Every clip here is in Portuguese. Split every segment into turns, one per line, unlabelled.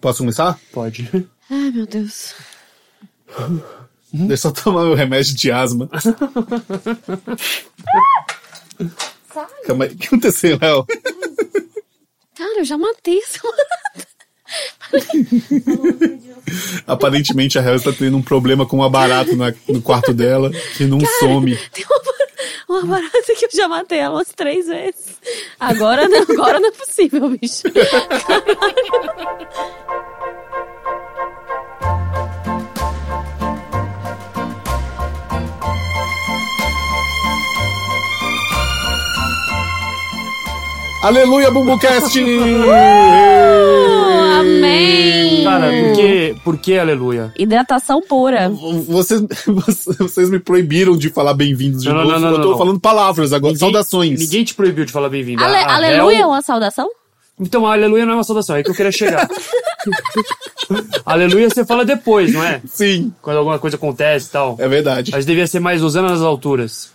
Posso começar?
Pode.
Ai, meu Deus.
Uhum. Deixa eu só tomar meu remédio de asma. Calma aí, o que aconteceu, Léo?
Cara, eu já matei essa barata.
Aparentemente a Hel está tendo um problema com uma barata na- no quarto dela que não some.
Tem uma, bar- uma barata que eu já matei ela umas três vezes. Agora não, agora não é possível, bicho.
Aleluia, Bumbucast!
Amém!
Cara, por que, por que aleluia?
Hidratação pura.
vocês, vocês me proibiram de falar bem-vindos de
Não, não,
novo.
não, não,
eu tô
não.
falando palavras agora, saudações.
Ninguém te proibiu de falar bem-vindo. Ah,
Ale-
A- a
aleluia é
Hel-
uma saudação?
Então, a aleluia não é uma saudação, é aí que eu queria chegar. aleluia você fala depois, não é?
Sim,
Quando alguma coisa acontece e tal.
é verdade.
Mas devia ser mais usando nas alturas.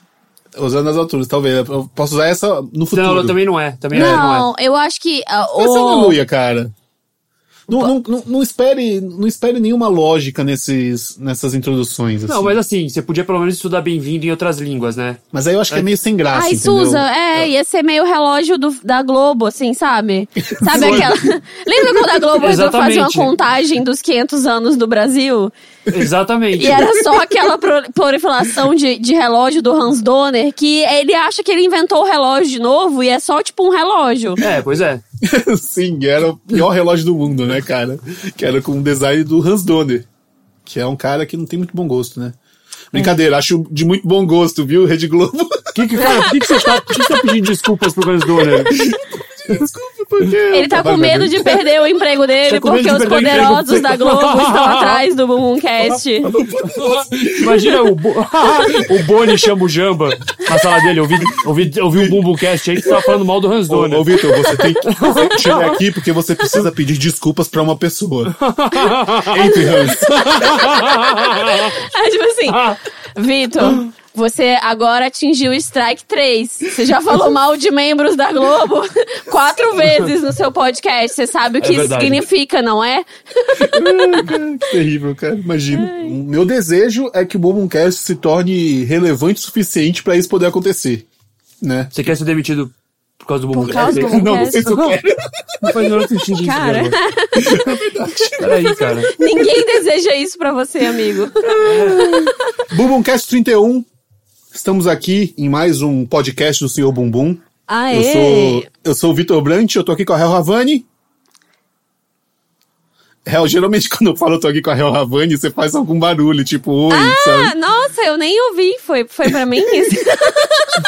Usando as alturas, talvez. Eu posso usar essa no futuro.
Não, também não é. Também não é.
Não, eu acho que. ah,
Essa é
o-
assim,
aleluia, cara. Não, não, não, não espere, não espere nenhuma lógica nesses, nessas introduções.
Não,
assim.
mas assim, você podia pelo menos estudar bem-vindo em outras línguas, né?
Mas aí eu acho que é meio sem graça.
Ai,
entendeu?
Susan, é, ia ser meio relógio do- da Globo, assim, sabe? Sabe
Foi.
aquela. Lembra quando a Globo resolveu fazer uma
Exatamente.
contagem dos 500 anos do Brasil?
Exatamente.
E era só aquela pro- proliferação de, de relógio do Hans Donner, que ele acha que ele inventou o relógio de novo e é só tipo um relógio.
É, pois é.
Sim, era o pior relógio do mundo, né, cara? Que era com o design do Hans Donner, que é um cara que não tem muito bom gosto, né?
É.
Brincadeira, acho de muito bom gosto, viu, Rede Globo?
Que que, cara, por que, que você tá, por que que você tá pedindo desculpas pro Hans Donner?
Desculpa, porque.
Ele tá com medo de perder o emprego dele
Tá com medo
porque
de
os
perder o
poderosos
emprego.
da Globo estão atrás do Bumbumcast.
Imagina o, Bo... o Boni chama o Jamba na sala dele. Eu ouvi, ouvi, ouvi um BumbuCast aí que você tava falando mal do Hans
Ô,
Donner.
ô, Vitor, você tem que você tem que chegar aqui porque você precisa pedir desculpas pra uma pessoa. Entre Hans.
É tipo assim, Vitor, você agora atingiu o Strike 3. Você já falou mal de membros da Globo quatro vezes no seu podcast. Você
É
sabe o que isso
verdade.
significa, não é?
Terrível, cara. Imagina. Meu desejo é que o Boboncast se torne relevante o suficiente pra isso poder acontecer. Né?
Você quer ser demitido por causa do
Por causa
BumbuCast?
do
Não,
Não, não sei se eu quero.
não faz o menor sentido isso,
Cara.
Jamba. Peraí, cara.
Ninguém deseja isso pra você, amigo.
Bumbumcast 31. Estamos aqui em mais um podcast do Senhor Bumbum. Eu
Aê!
sou, eu sou o Vitor Brant, eu tô aqui com a Hel Ravani. Hel, geralmente quando eu falo eu tô aqui com a Hel Ravani, você faz algum barulho, tipo, oi, sabe?
Ah, nossa, eu nem ouvi. Foi, foi pra mim isso?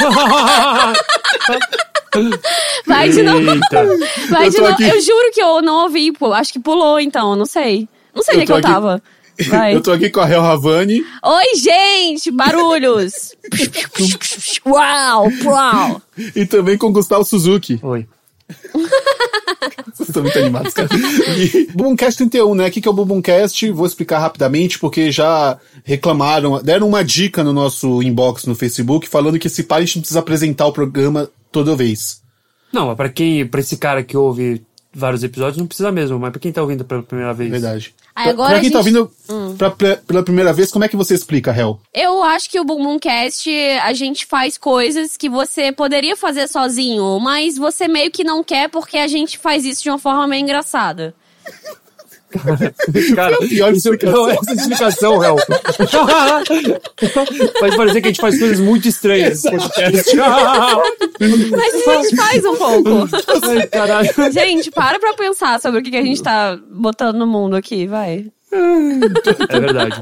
Vai de novo.
Eita.
Vai
Eu
de
tô
novo.
aqui.
Eu juro que eu não ouvi. Pô, acho que pulou, então. Não sei. Não sei
Eu
onde é
tô
que eu
aqui.
tava. Vai.
Eu tô aqui com a Hel Ravani.
Oi, gente! Barulhos! uau! Uau!
E também com o Gustavo Suzuki.
Oi.
Vocês estão muito animados, cara. E Boomcast 31, né? O que que é o Boomcast? Vou explicar rapidamente, porque já reclamaram, deram uma dica no nosso inbox no Facebook, falando que se pá, a gente não precisa apresentar o programa toda vez.
Não, mas pra quem, pra esse cara que ouve vários episódios, não precisa mesmo. Mas pra quem tá ouvindo pela primeira vez.
Verdade.
Aí
Pra-
agora
pra
a
quem tá
gente- Hum.
ouvindo pra- pra- pela primeira vez, como é que você explica, Hel?
Eu acho que o Boom Boomcast a gente faz coisas que você poderia fazer sozinho, mas você meio que não quer porque a gente faz isso de uma forma meio engraçada.
Cara,
pior
isso-
explicação.
não, essa É explicação, réu. Faz parecer que a gente faz coisas muito estranhas nesse podcast.
Mas a gente faz um pouco.
Ai, caralho.
gente, para pra pensar sobre o que que a gente tá botando no mundo aqui, vai.
É verdade.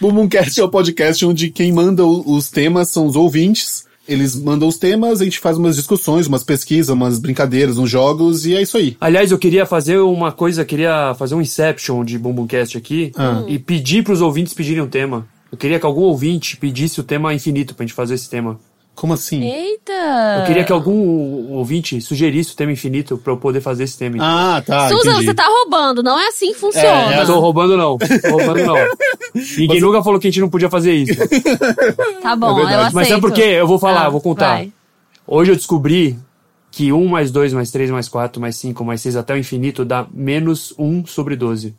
Boomcast é o podcast onde quem manda o- os temas são os ouvintes. Eles mandam os temas, a gente faz umas discussões, umas pesquisas, umas brincadeiras, uns jogos, e é isso aí.
Aliás, eu queria fazer uma coisa, eu queria fazer um Inception de Bumbumcast aqui
Ah.
e pedir pros ouvintes pedirem um tema. Eu queria que algum ouvinte pedisse o tema infinito pra gente fazer esse tema.
Como assim?
Eita!
Eu queria que algum ouvinte sugerisse o tema infinito pra eu poder fazer esse tema. então.
Ah, tá.
Susan,
entendi.
você tá roubando, não é assim que
É,
funciona.
Não tô roubando, não. Tô roubando, não. Ninguém nunca falou que a gente não podia fazer isso.
Tá bom,
É verdade,
eu aceito.
Mas sabe por quê? Eu vou falar,
Ah,
vou contar.
vai.
Hoje eu descobri que 1 mais 2 mais 3 mais 4 mais 5 mais 6 até o infinito dá menos 1 sobre 12.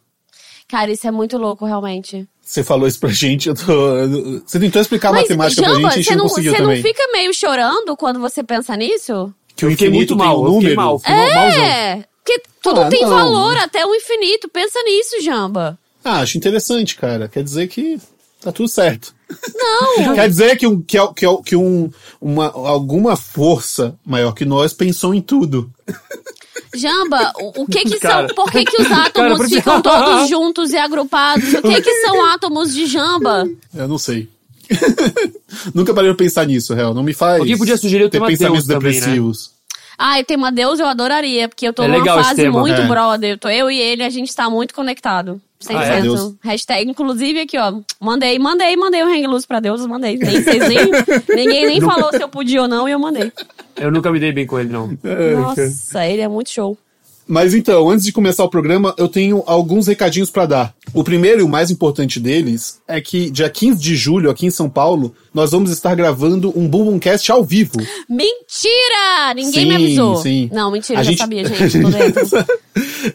Cara, isso é muito louco, realmente.
Você falou isso pra gente, eu tô... Você tentou explicar a matemática
Jamba,
pra gente, a gente
você
não
não,
conseguiu
você não
também.
fica meio chorando quando você pensa nisso?
Que
eu fiquei muito
tem
mal,
um
eu fiquei
número.
mal, fiquei mal, malzão.
É, porque tudo
Ah,
tem
não.
valor até o infinito. Pensa nisso, Jamba.
Ah, acho interessante, cara. Quer dizer que tá tudo certo.
Não,
Quer dizer que, um, que, al- que, al- que um, uma, alguma força maior que nós pensou em tudo.
Jamba, o, o que que
Cara.
são... Por que que os
Cara,
átomos
precisa-
ficam todos juntos e agrupados? O que que são átomos de Jamba?
Eu não sei. Nunca parei de pensar nisso, real. Não me faz.
Alguém podia sugerir o
ter
tema
pensamentos
Deus também, né?
depressivos.
Ai, tema Deus eu adoraria, porque eu tô
É legal
numa
esse
fase
tema.
muito
É.
brother. Eu, tô, eu e ele, a gente tá muito conectado. 100%.
Ah, é?
Deus.
Hashtag, inclusive, aqui, ó. Mandei, mandei, mandei o hang luz pra Deus, mandei. Nem vocês nem. ninguém nem falou se eu podia ou não, e eu mandei.
Eu nunca me dei bem com ele, não.
Nossa, ele é muito show.
Mas então, antes de começar o programa, eu tenho alguns recadinhos pra dar. O primeiro e o mais importante deles é que dia 15 de julho, aqui em São Paulo, nós vamos estar gravando um Boom Boomcast ao vivo.
Mentira! Ninguém
Sim,
me avisou.
sim.
Não, mentira,
A
eu
gente-
já sabia, gente. Tô dentro.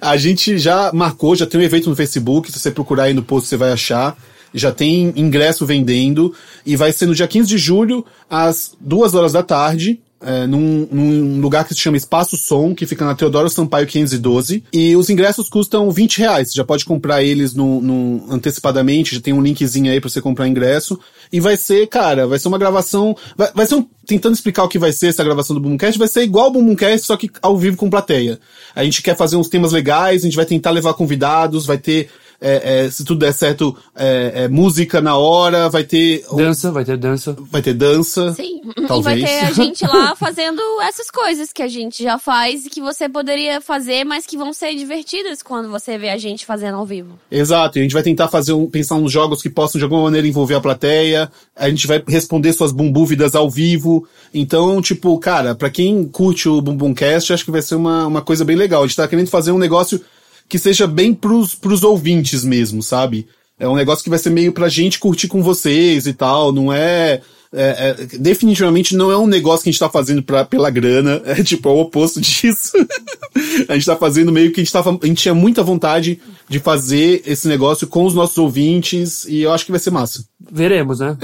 A gente já marcou, já tem um evento no Facebook, se você procurar aí no post você vai achar. Já tem ingresso vendendo e vai ser no dia 15 de julho, às duas horas da tarde, é, num, num lugar que se chama Espaço Som, que fica na Teodoro Sampaio 512. E os ingressos custam 20 reais. Você já pode comprar eles no, no- antecipadamente, já tem um linkzinho aí pra você comprar ingresso. E vai ser, cara, vai ser uma gravação. Vai, vai ser um. Tentando explicar o que vai ser essa gravação do Boomcast, vai ser igual o Boomcast, só que ao vivo com plateia. A gente quer fazer uns temas legais, a gente vai tentar levar convidados, vai ter. é, é, se tudo der certo, é, é, música na hora, vai ter.
Dança, vai ter dança.
Vai ter dança.
Sim,
Talvez.
e vai ter a gente lá fazendo essas coisas que a gente já faz e que você poderia fazer, mas que vão ser divertidas quando você vê a gente fazendo ao vivo.
Exato, e a gente vai tentar fazer um, pensar uns jogos que possam de alguma maneira envolver a plateia, a gente vai responder suas bumbúvidas ao vivo. Então, tipo, cara, pra quem curte o Bumbumcast, acho que vai ser uma, uma coisa bem legal. A gente tá querendo fazer um negócio que seja bem pros, pros ouvintes mesmo, sabe? É um negócio que vai ser meio pra gente curtir com vocês e tal, não é. é- é- definitivamente não é um negócio que a gente tá fazendo pra, pela grana, é tipo, é o oposto disso. a gente tá fazendo meio que a gente, tava, a gente tinha muita vontade de fazer esse negócio com os nossos ouvintes e eu acho que vai ser massa.
Veremos, né?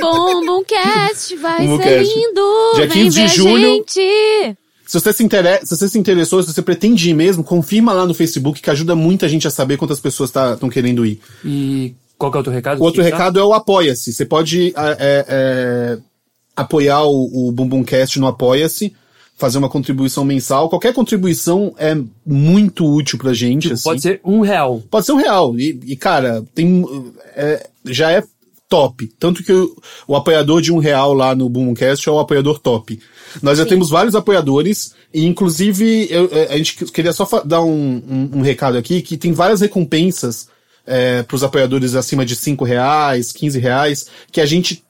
Bom, Boomcast vai ser
Boomcast.
lindo.
Dia
Vem
15 de
ver a
julho.
gente.
Se você, se, intere- se você se interessou, se você pretende ir mesmo, confirma lá no Facebook que ajuda muita gente a saber quantas pessoas estão querendo ir.
E qual que é o outro recado?
O outro
Tá?
recado é o Apoia-se. Você pode é, é, é, apoiar o, o Bumbumcast no Apoia-se, fazer uma contribuição mensal. Qualquer contribuição é muito útil pra gente. assim.
Pode ser um real.
Pode ser um real. E, e, cara, tem, é, já é top. Tanto que o, o apoiador de um real lá no Boomcast é o apoiador top. Nós já temos vários apoiadores, e inclusive eu- é, a gente queria só fa- dar um, um- um recado aqui, que tem várias recompensas para os apoiadores acima de 5 reais, 15 reais, que a gente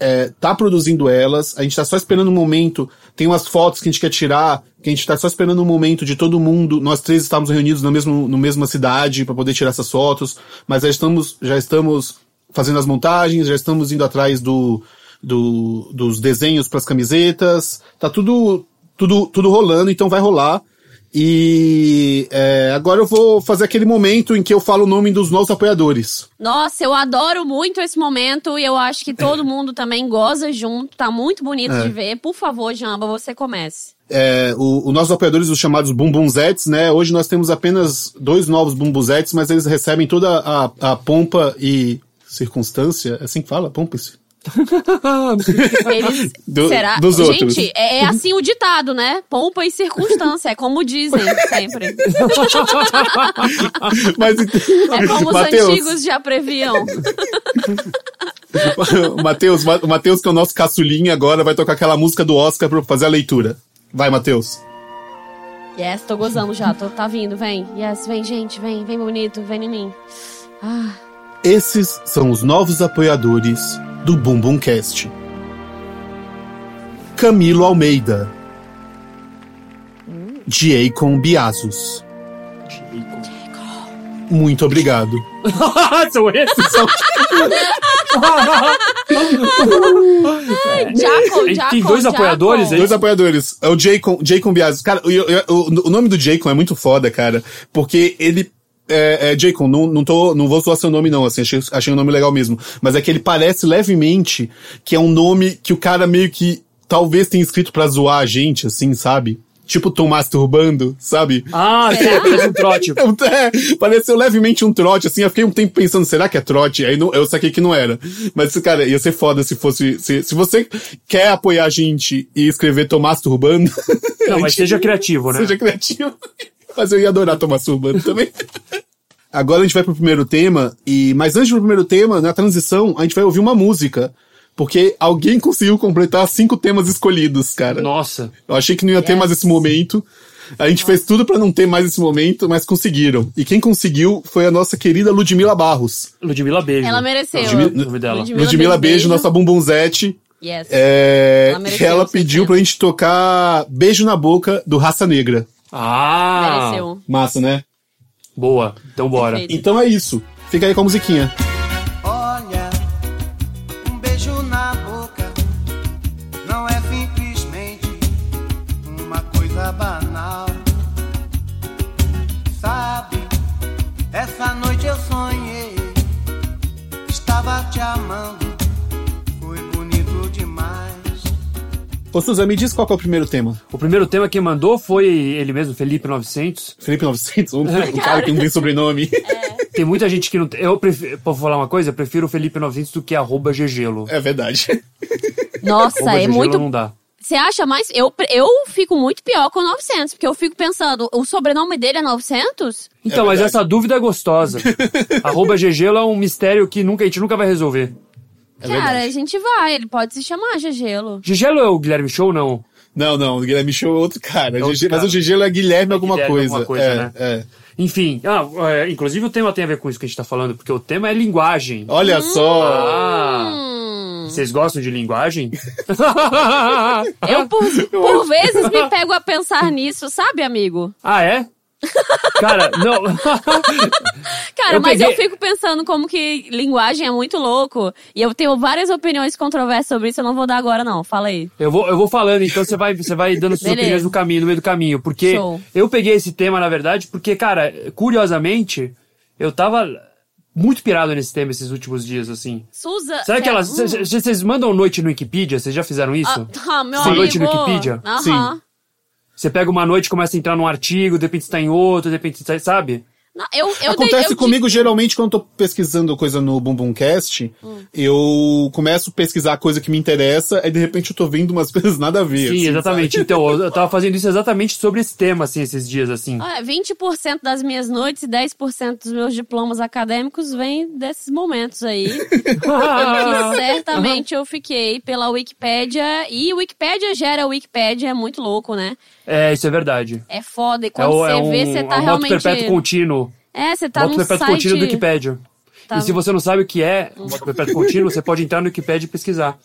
é, tá produzindo elas, a gente tá só esperando um momento, tem umas fotos que a gente quer tirar, que a gente tá só esperando um momento de todo mundo, nós três estamos reunidos na mesma, na mesma cidade para poder tirar essas fotos, mas já estamos, já estamos fazendo as montagens, já estamos indo atrás do, do dos desenhos para as camisetas, tá tudo, tudo, tudo rolando, então vai rolar. E é, agora eu vou fazer aquele momento em que eu falo o nome dos nossos apoiadores.
Nossa, eu adoro muito esse momento e eu acho que todo mundo também goza junto. Tá muito bonito de ver. Por favor, Jamba, você comece.
é, o, o nossos apoiadores, os chamados bumbunzetes, né? Hoje nós temos apenas dois novos bumbunzetes, mas eles recebem toda a, a pompa e circunstância, é assim que fala? Pompa e cir-
Eles,
Do-
será?
dos
Gente,
outros.
é, é assim o ditado, né? Pompa e circunstância. É como dizem sempre.
Mas,
É como os
Mateus,
antigos já previam.
Mateus, Ma- o Mateus, que é o nosso caçulinha agora, vai tocar aquela música do Oscar pra fazer a leitura. Vai, Mateus.
Yes, tô gozando já. Tô, tá vindo, vem. Yes, vem, gente, vem, vem bonito, vem em mim. Ah.
Esses são os novos apoiadores do Bumbumcast. Camilo Almeida. Diacon Biazos. Muito obrigado.
São esses? São...
Jacob,
Tem
Jacob,
dois
Jacob.
apoiadores aí?
Dois apoiadores. É o Jaycon, Jaycon Biasi. Cara, eu- eu- o, o nome do Jaycon é muito foda, cara. Porque ele. É, é, Jaycon, não, não, tô, não vou zoar seu nome, não, assim, achei, achei um nome legal mesmo. Mas é que ele parece levemente que é um nome que o cara meio que talvez tenha escrito pra zoar a gente, assim, sabe? Tipo Tom masturbando, sabe?
Ah, sim, fez um trote.
É um- É, pareceu levemente um trote, assim. Eu fiquei um tempo pensando, será que é trote? Aí não- eu saquei que não era. Mas, cara, ia ser foda se fosse. Se, se você quer apoiar a gente e escrever Tomás Turbano.
Não, mas seja criativo, né?
Seja criativo. Mas eu ia adorar Tomás Turbano também. Agora a gente vai pro primeiro tema, e mas antes do primeiro tema, na transição, a gente vai ouvir uma música. Porque alguém conseguiu completar cinco temas escolhidos, cara.
Nossa.
Eu achei que não ia ter mais esse momento. A gente fez tudo pra não ter mais esse momento, mas conseguiram. E quem conseguiu foi a nossa querida Ludmila Barros.
Ludmilla beijo.
Ela mereceu.
Ludmilla-
O nome dela.
Ludmilla,
Ludmila, beijo,
beijo.
nossa bumbunzete.
Yes.
É,
Ela
que ela,
mereceu, com
pediu
certeza.
pra gente tocar Beijo na Boca do Raça Negra.
Ah,
Mereceu.
Massa, né?
boa. Então bora.
Perfeito.
Então é isso. Fica aí com a musiquinha.
Olha, um beijo na boca não é simplesmente uma coisa banal. Sabe, essa noite eu sonhei, estava te amando, foi bonito demais.
Ô, Suza, me diz qual que é o primeiro tema.
O primeiro tema que mandou foi ele mesmo, Felipe 900.
Felipe 900, um, um cara que não tem sobrenome.
Tem muita gente que não tem. Eu prefiro, posso falar uma coisa? Eu prefiro o Felipe 900 do que arroba Gegelo.
É, verdade.
Nossa,
Arroba
é
Gegelo
muito
não dá.
Você acha mais? Eu, eu fico muito pior com 900, porque eu fico pensando, o sobrenome dele é 900?
Então, mas
verdade.
essa dúvida é gostosa. arroba Gegelo é um mistério que nunca, a gente nunca vai resolver. É
Cara, a gente vai, ele pode se chamar Gegelo.
Gegelo é o Guilherme Show, não?
Não, não, o Guilherme Show é outro cara.
outro
Gigi-
cara.
Mas o Gigelo é Guilherme alguma
Guilherme
coisa.
alguma coisa,
é,
né?
é.
Enfim, ah, é, inclusive o tema tem a ver com isso que a gente tá falando, porque o tema é linguagem.
Olha só.
Ah,
Hum,
vocês gostam de linguagem?
eu, por, por vezes, me pego a pensar nisso, sabe, amigo?
ah, é? Cara, não.
Cara,
Eu
mas
peguei-
eu fico pensando como que linguagem é muito louco. E eu tenho várias opiniões controversas sobre isso, eu não vou dar agora, não. Fala aí.
Eu vou, eu vou falando, então você vai, você vai dando suas
Beleza.
opiniões no caminho, no meio do caminho. Porque
Show.
eu peguei esse tema, na verdade, porque, cara, curiosamente, eu tava muito pirado nesse tema esses últimos dias, assim.
Suza.
Será que elas.
Hum.
Vocês vocês mandam noite no Wikipedia? Vocês já fizeram isso?
Ah, ah, meu
Uma
amigo.
noite no Wikipedia?
Aham.
Sim.
Você pega uma noite e começa a entrar num artigo, de repente você tá em outro, de repente você tá, sabe?
Não, eu, eu dei-
Acontece
eu
comigo geralmente quando eu tô pesquisando coisa no Bumbumcast,
Hum.
eu começo a pesquisar coisa que me interessa, aí de repente eu tô vendo umas coisas nada a ver.
Sim,
assim,
exatamente.
sabe?
Então, eu eu tava fazendo isso exatamente sobre esse tema, assim, esses dias, assim.
Olha, 20% das minhas noites e 10% dos meus diplomas acadêmicos vem desses momentos aí.
Ah.
que certamente eu fiquei pela Wikipédia. E Wikipédia gera Wikipédia, é muito louco, né?
é, isso é verdade.
É foda. E
É,
quando
o-
você
é um,
vê, você tá
é um voto
realmente.
perpétuo contínuo.
É, você tá
voto
num
perpétuo
site.
contínuo do Wikipedia.
Tá. Hum.
E se você não sabe o que é voto perpétuo contínuo, você pode entrar no Wikipedia e pesquisar.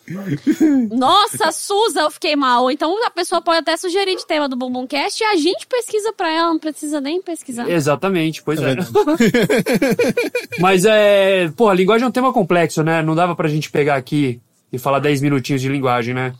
Nossa, Suza, eu fiquei mal. Então a pessoa pode até sugerir de tema do Bumbumcast e a gente pesquisa pra ela, não precisa nem pesquisar.
Exatamente, pois
É
é. Mas é. Porra, linguagem é um tema complexo, né? Não dava pra gente pegar aqui e falar 10 minutinhos de linguagem, né?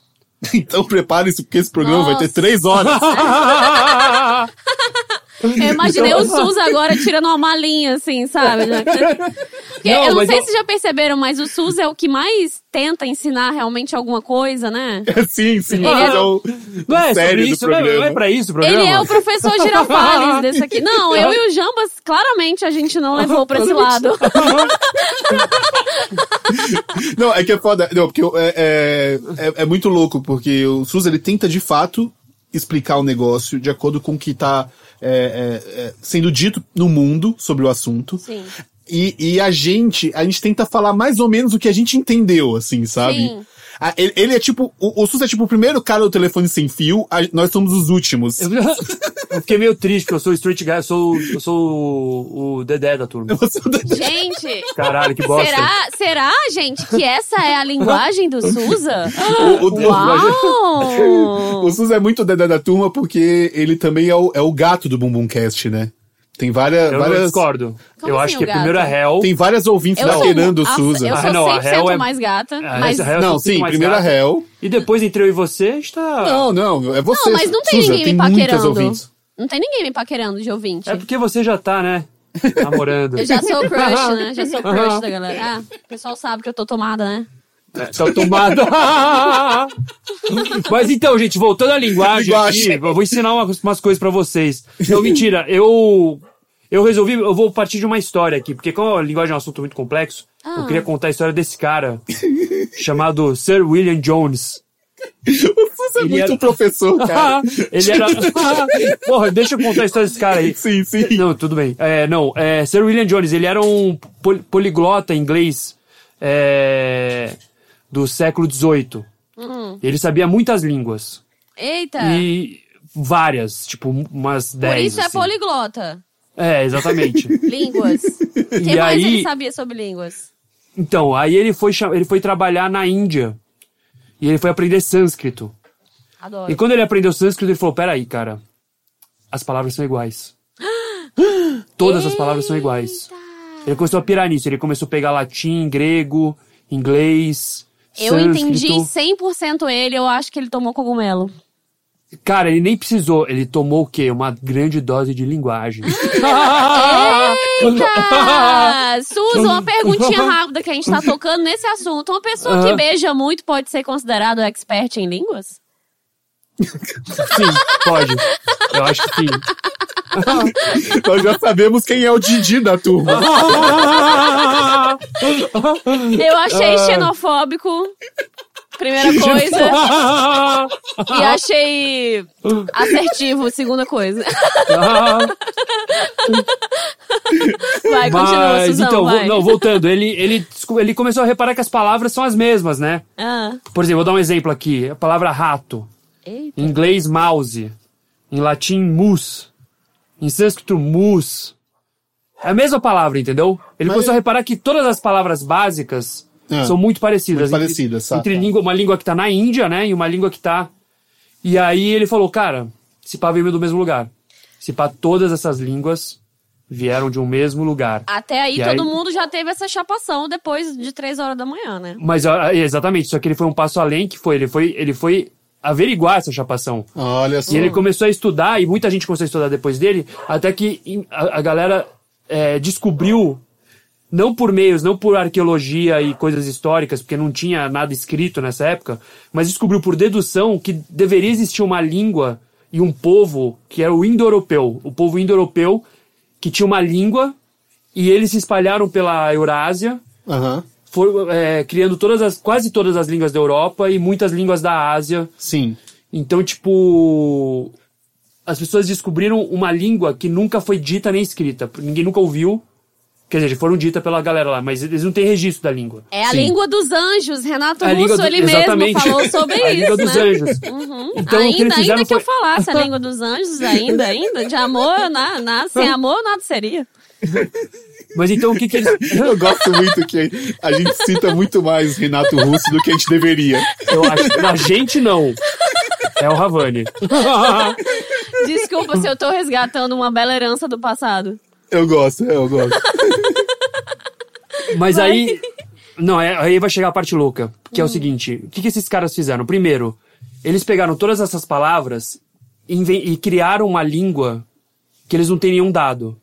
Então prepare-se, porque esse programa vai ter
Nossa.
três horas.
Eu imaginei
então,
o SUS agora tirando uma malinha, assim, sabe? Porque
Não,
eu não
mas
sei
eu-
se já perceberam, mas o SUS é o que mais tenta ensinar realmente alguma coisa, né?
sim, sim,
Ele
mas
é-
é o
Não é
sério
sobre
do
isso, não é, não é
programa.
pra isso o programa.
Ele é o professor Girafales desse aqui. Não, eu e o Jambas, claramente a gente não levou pra esse lado.
Não, é que é foda. Não, porque eu- é, é, é, é muito louco, porque o SUS ele tenta de fato explicar o negócio de acordo com o que tá é, é, é, sendo dito no mundo sobre o assunto.
Sim.
E, e a gente, a gente tenta falar mais ou menos o que a gente entendeu, assim, sabe?
Sim.
A- ele, ele é tipo. O, o SUS é tipo o primeiro cara do telefone sem fio, a- nós somos os últimos.
Eu eu fiquei meio triste, porque eu sou o Street Guy, eu sou, eu sou o, o Dedé da turma.
Gente,
Caralho, que bosta.
será, será, gente, que essa é a linguagem do Suza?
O- o-
Uau!
O SUS é muito dedé da turma porque ele também é o, é o gato do Bumbumcast, né? Tem várias.
Eu não
várias
discordo.
Como
eu
assim,
acho que
o
é primeiro a
gato?
Hell.
tem várias ouvintes
Eu sou,
laquerando o
a-
Susan.
eu sou
Ah, não, a
100%
Hell é-
mais gata,
Ah,
mas...
essa Hell- eu
Não,
sou
sim,
muito mais
primeiro a
gata.
Hell.
E depois entre eu e você, tá está.
Não, não, é você.
Não, mas não tem
Susan,
ninguém me
tem muitas
paquerando.
ouvintes.
Não tem ninguém me paquerando de ouvinte.
É porque você já tá, né? Namorando.
Eu já sou o crush, né? Já sou o
Aham.
crush da galera. Ah, o pessoal sabe que eu tô tomada, né?
É, Tá tomada. Mas então, gente, voltando à linguagem,
Linguagem.
aqui, eu vou ensinar uma- umas coisas pra vocês. Não, mentira, eu eu resolvi, eu vou partir de uma história aqui, porque como a linguagem é um assunto muito complexo,
Ah.
eu queria contar a história desse cara chamado Sir William Jones.
O Susan é
Ele
muito
era-
professor, cara.
Ele era Porra, deixa eu contar a história desse cara aí.
sim, sim.
Não, tudo bem. É, não, é, Sir William Jones, ele era um pol- poliglota inglês é, do século XVIII. Ele sabia muitas línguas.
Hum. Eita!
E várias, tipo umas dez.
É. Por isso é
assim.
poliglota.
É, exatamente.
Línguas. O que
E
mais
aí-
ele sabia sobre línguas?
então, aí ele foi, cha- ele foi trabalhar na Índia. E ele foi aprender sânscrito.
Adoro.
E quando ele aprendeu sânscrito, ele falou: peraí, cara. As palavras são iguais. Todas as palavras são iguais. Ele começou a pirar nisso. Ele começou a pegar latim, grego, inglês.
Eu entendi
sânscrito.
100% ele, eu acho que ele tomou cogumelo.
Cara, ele nem precisou. Ele tomou o quê? Uma grande dose de linguagem.
Eita! Susan, uma perguntinha rápida que a gente tá tocando nesse assunto. Uma pessoa que
Aham.
beija muito pode ser considerada expert em línguas?
Sim, pode. Eu acho que sim.
Nós já sabemos quem é o Didi da turma.
Eu
Ah.
achei xenofóbico, primeira coisa. E
Ah,
achei assertivo, segunda coisa. Vai, continua,
Mas,
Suzão,
então, vo-
vai.
não, voltando, ele, ele, desco- ele começou a reparar que as palavras são as mesmas, né?
Ah,
Por exemplo, vou dar um exemplo aqui. A palavra rato.
eita.
Em inglês, mouse. Em latim, mus. Em sânscrito, mus. É a mesma palavra, entendeu? Ele
Mas-
começou a reparar que todas as palavras básicas
Ah,
são muito parecidas.
muito parecidas,
entre,
saca.
entre língua, uma língua que tá na Índia, né? E uma língua que tá. E aí ele falou, cara, se pá veio do mesmo lugar. Se pá todas essas línguas vieram de um mesmo lugar.
Até aí
E
todo
aí-
mundo já teve essa chapação depois de três horas da manhã, né?
Mas ah, exatamente, só que ele foi um passo além que foi, ele foi, ele foi averiguar essa chapação.
Olha só.
E ele começou a estudar, e muita gente começou a estudar depois dele, até que em- a, a galera é, descobriu, não por meios, não por arqueologia e coisas históricas, porque não tinha nada escrito nessa época, mas descobriu por dedução que deveria existir uma língua e um povo que era o indo-europeu. O povo indo-europeu que tinha uma língua e eles se espalharam pela Eurásia
Aham.
for, é, criando todas as, quase todas as línguas da Europa e muitas línguas da Ásia.
Sim.
Então, tipo, as pessoas descobriram uma língua que nunca foi dita nem escrita. Ninguém nunca ouviu. Quer dizer, foram ditas pela galera lá, mas eles não têm registro da língua.
É a
Sim.
língua dos anjos. Renato
É a língua
Russo,
do-
ele mesmo falou sobre
a
isso,
língua dos
né?
anjos. Então, o que
ainda,
eles fizeram
ainda que
foi...
eu falasse a língua dos anjos, ainda, ainda, de amor, na, na- sem amor nada seria.
Mas então, o que, que eles...
Eu gosto muito que a gente cita muito mais Renato Russo do que a gente deveria.
Eu acho que na gente, não. É o Ravani.
Desculpa se eu tô resgatando uma bela herança do passado.
Eu gosto, é, eu gosto.
Mas
Vai.
aí. Não, é- aí vai chegar a parte louca. Que é o seguinte: o que, que esses caras fizeram? Primeiro, eles pegaram todas essas palavras e, inven- e criaram uma língua que eles não têm nenhum dado.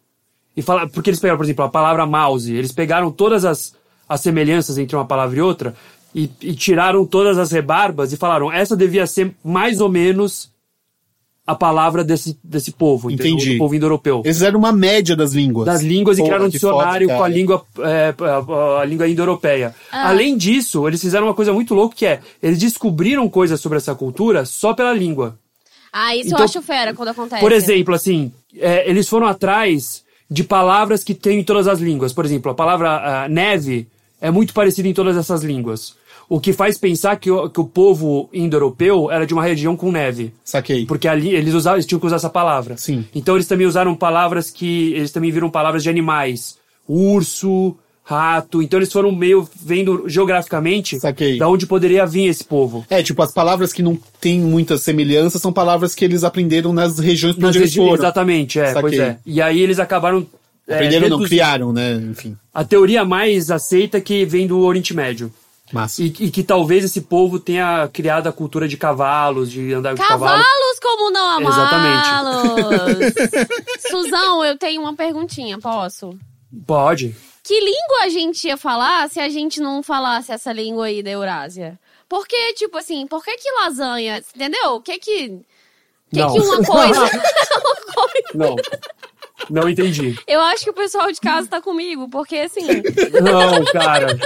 E fala, porque eles pegaram, por exemplo, a palavra mouse, eles pegaram todas as, as semelhanças entre uma palavra e outra e, e tiraram todas as rebarbas e falaram: essa devia ser mais ou menos a palavra desse, desse povo, entendeu?
Entendi.
do povo indo-europeu
Eles fizeram uma média das línguas.
das línguas e
Porra,
criaram um
que foda,
dicionário com a
cara.
língua, é, a- a língua indo-europeia.
Ah.
Além disso, eles fizeram uma coisa muito louca que é, eles descobriram coisas sobre essa cultura só pela língua.
Ah, isso eu
Então,
acho fera quando acontece. né?
Por exemplo, assim, é, eles foram atrás de palavras que tem em todas as línguas. Por exemplo, a palavra ah, neve é muito parecida em todas essas línguas. O que faz pensar que o, que o povo indo-europeu era de uma região com neve.
Saquei.
Porque ali eles usavam, eles tinham que usar essa palavra.
Sim.
Então eles também usaram palavras que. Eles também viram palavras de animais. Urso, rato. Então eles foram meio vendo geograficamente
Saquei.
da onde poderia vir esse povo.
É, tipo, as palavras que não têm muita semelhança são palavras que eles aprenderam nas regiões pra
Nas
onde eles
regi-
foram.
Exatamente, é,
Saquei.
pois é. E aí eles acabaram. é,
Aprenderam, não,
reduzindo-
criaram, né? Enfim,
A teoria mais aceita é que vem do Oriente Médio.
massa.
E, e que talvez esse povo tenha criado a cultura de cavalos, de andar com cavalos.
Cavalos como não amá-los!
Exatamente.
Suzão, eu tenho uma perguntinha, posso?
Pode.
Que língua a gente ia falar se a gente não falasse essa língua aí da Eurásia? Porque, tipo assim, por que que lasanha, entendeu? O que que... Que
Não.
que uma coisa...
Não. Não entendi.
Eu acho que o pessoal de casa tá comigo, porque assim...
Não, cara.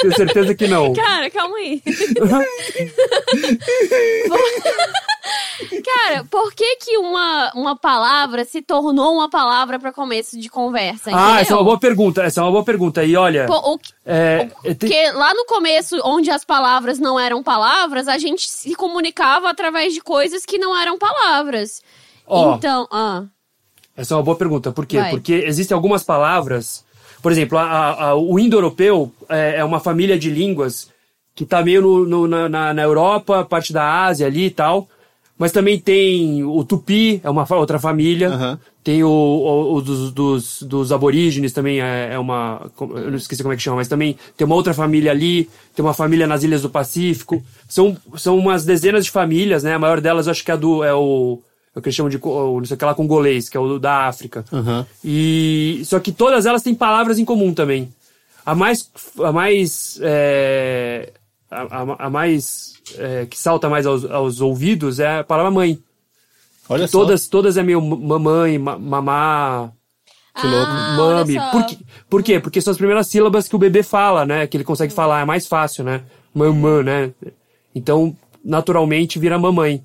Tenho certeza que não.
Cara, calma aí. Cara, por que que uma, uma palavra se tornou uma palavra pra começo de conversa, entendeu?
Ah, essa é uma boa pergunta. Essa é uma boa pergunta. E olha.
Pô, o que-
é, é, tem-
Porque lá no começo, onde as palavras não eram palavras, a gente se comunicava através de coisas que não eram palavras.
Ó.
Então, ah,
Essa é uma boa pergunta. Por quê?
Vai.
Porque existem algumas palavras. Por exemplo, a- a- a- o indo-europeu é, é uma família de línguas que está meio no- no- na, na- na Europa, parte da Ásia ali e tal. Mas também tem o tupi, é uma fa- outra família.
Aham.
Tem o, o- o dos, dos- dos aborígenes também, é, é uma. Eu não esqueci como é que chama, mas também tem uma outra família ali, tem uma família nas Ilhas do Pacífico. São, são umas dezenas de famílias, né? A maior delas eu acho que é a do. É o, é o que eles chamam de. co- o Não sei o que lá, congolês, que é o da África.
Aham.
E só que todas elas têm palavras em comum também. A mais a mais é, a, a- a mais é, que salta mais aos, aos ouvidos é a palavra mãe.
Olha só.
Todas todas é meio mamãe, ma- mamá,
Que louco. Ah, olha
mami.
só.
Por, que- por quê? Porque são as primeiras sílabas que o bebê fala, né? Que ele consegue
Hum.
falar, é mais fácil, né? Mamã, né? Então, naturalmente vira mamãe.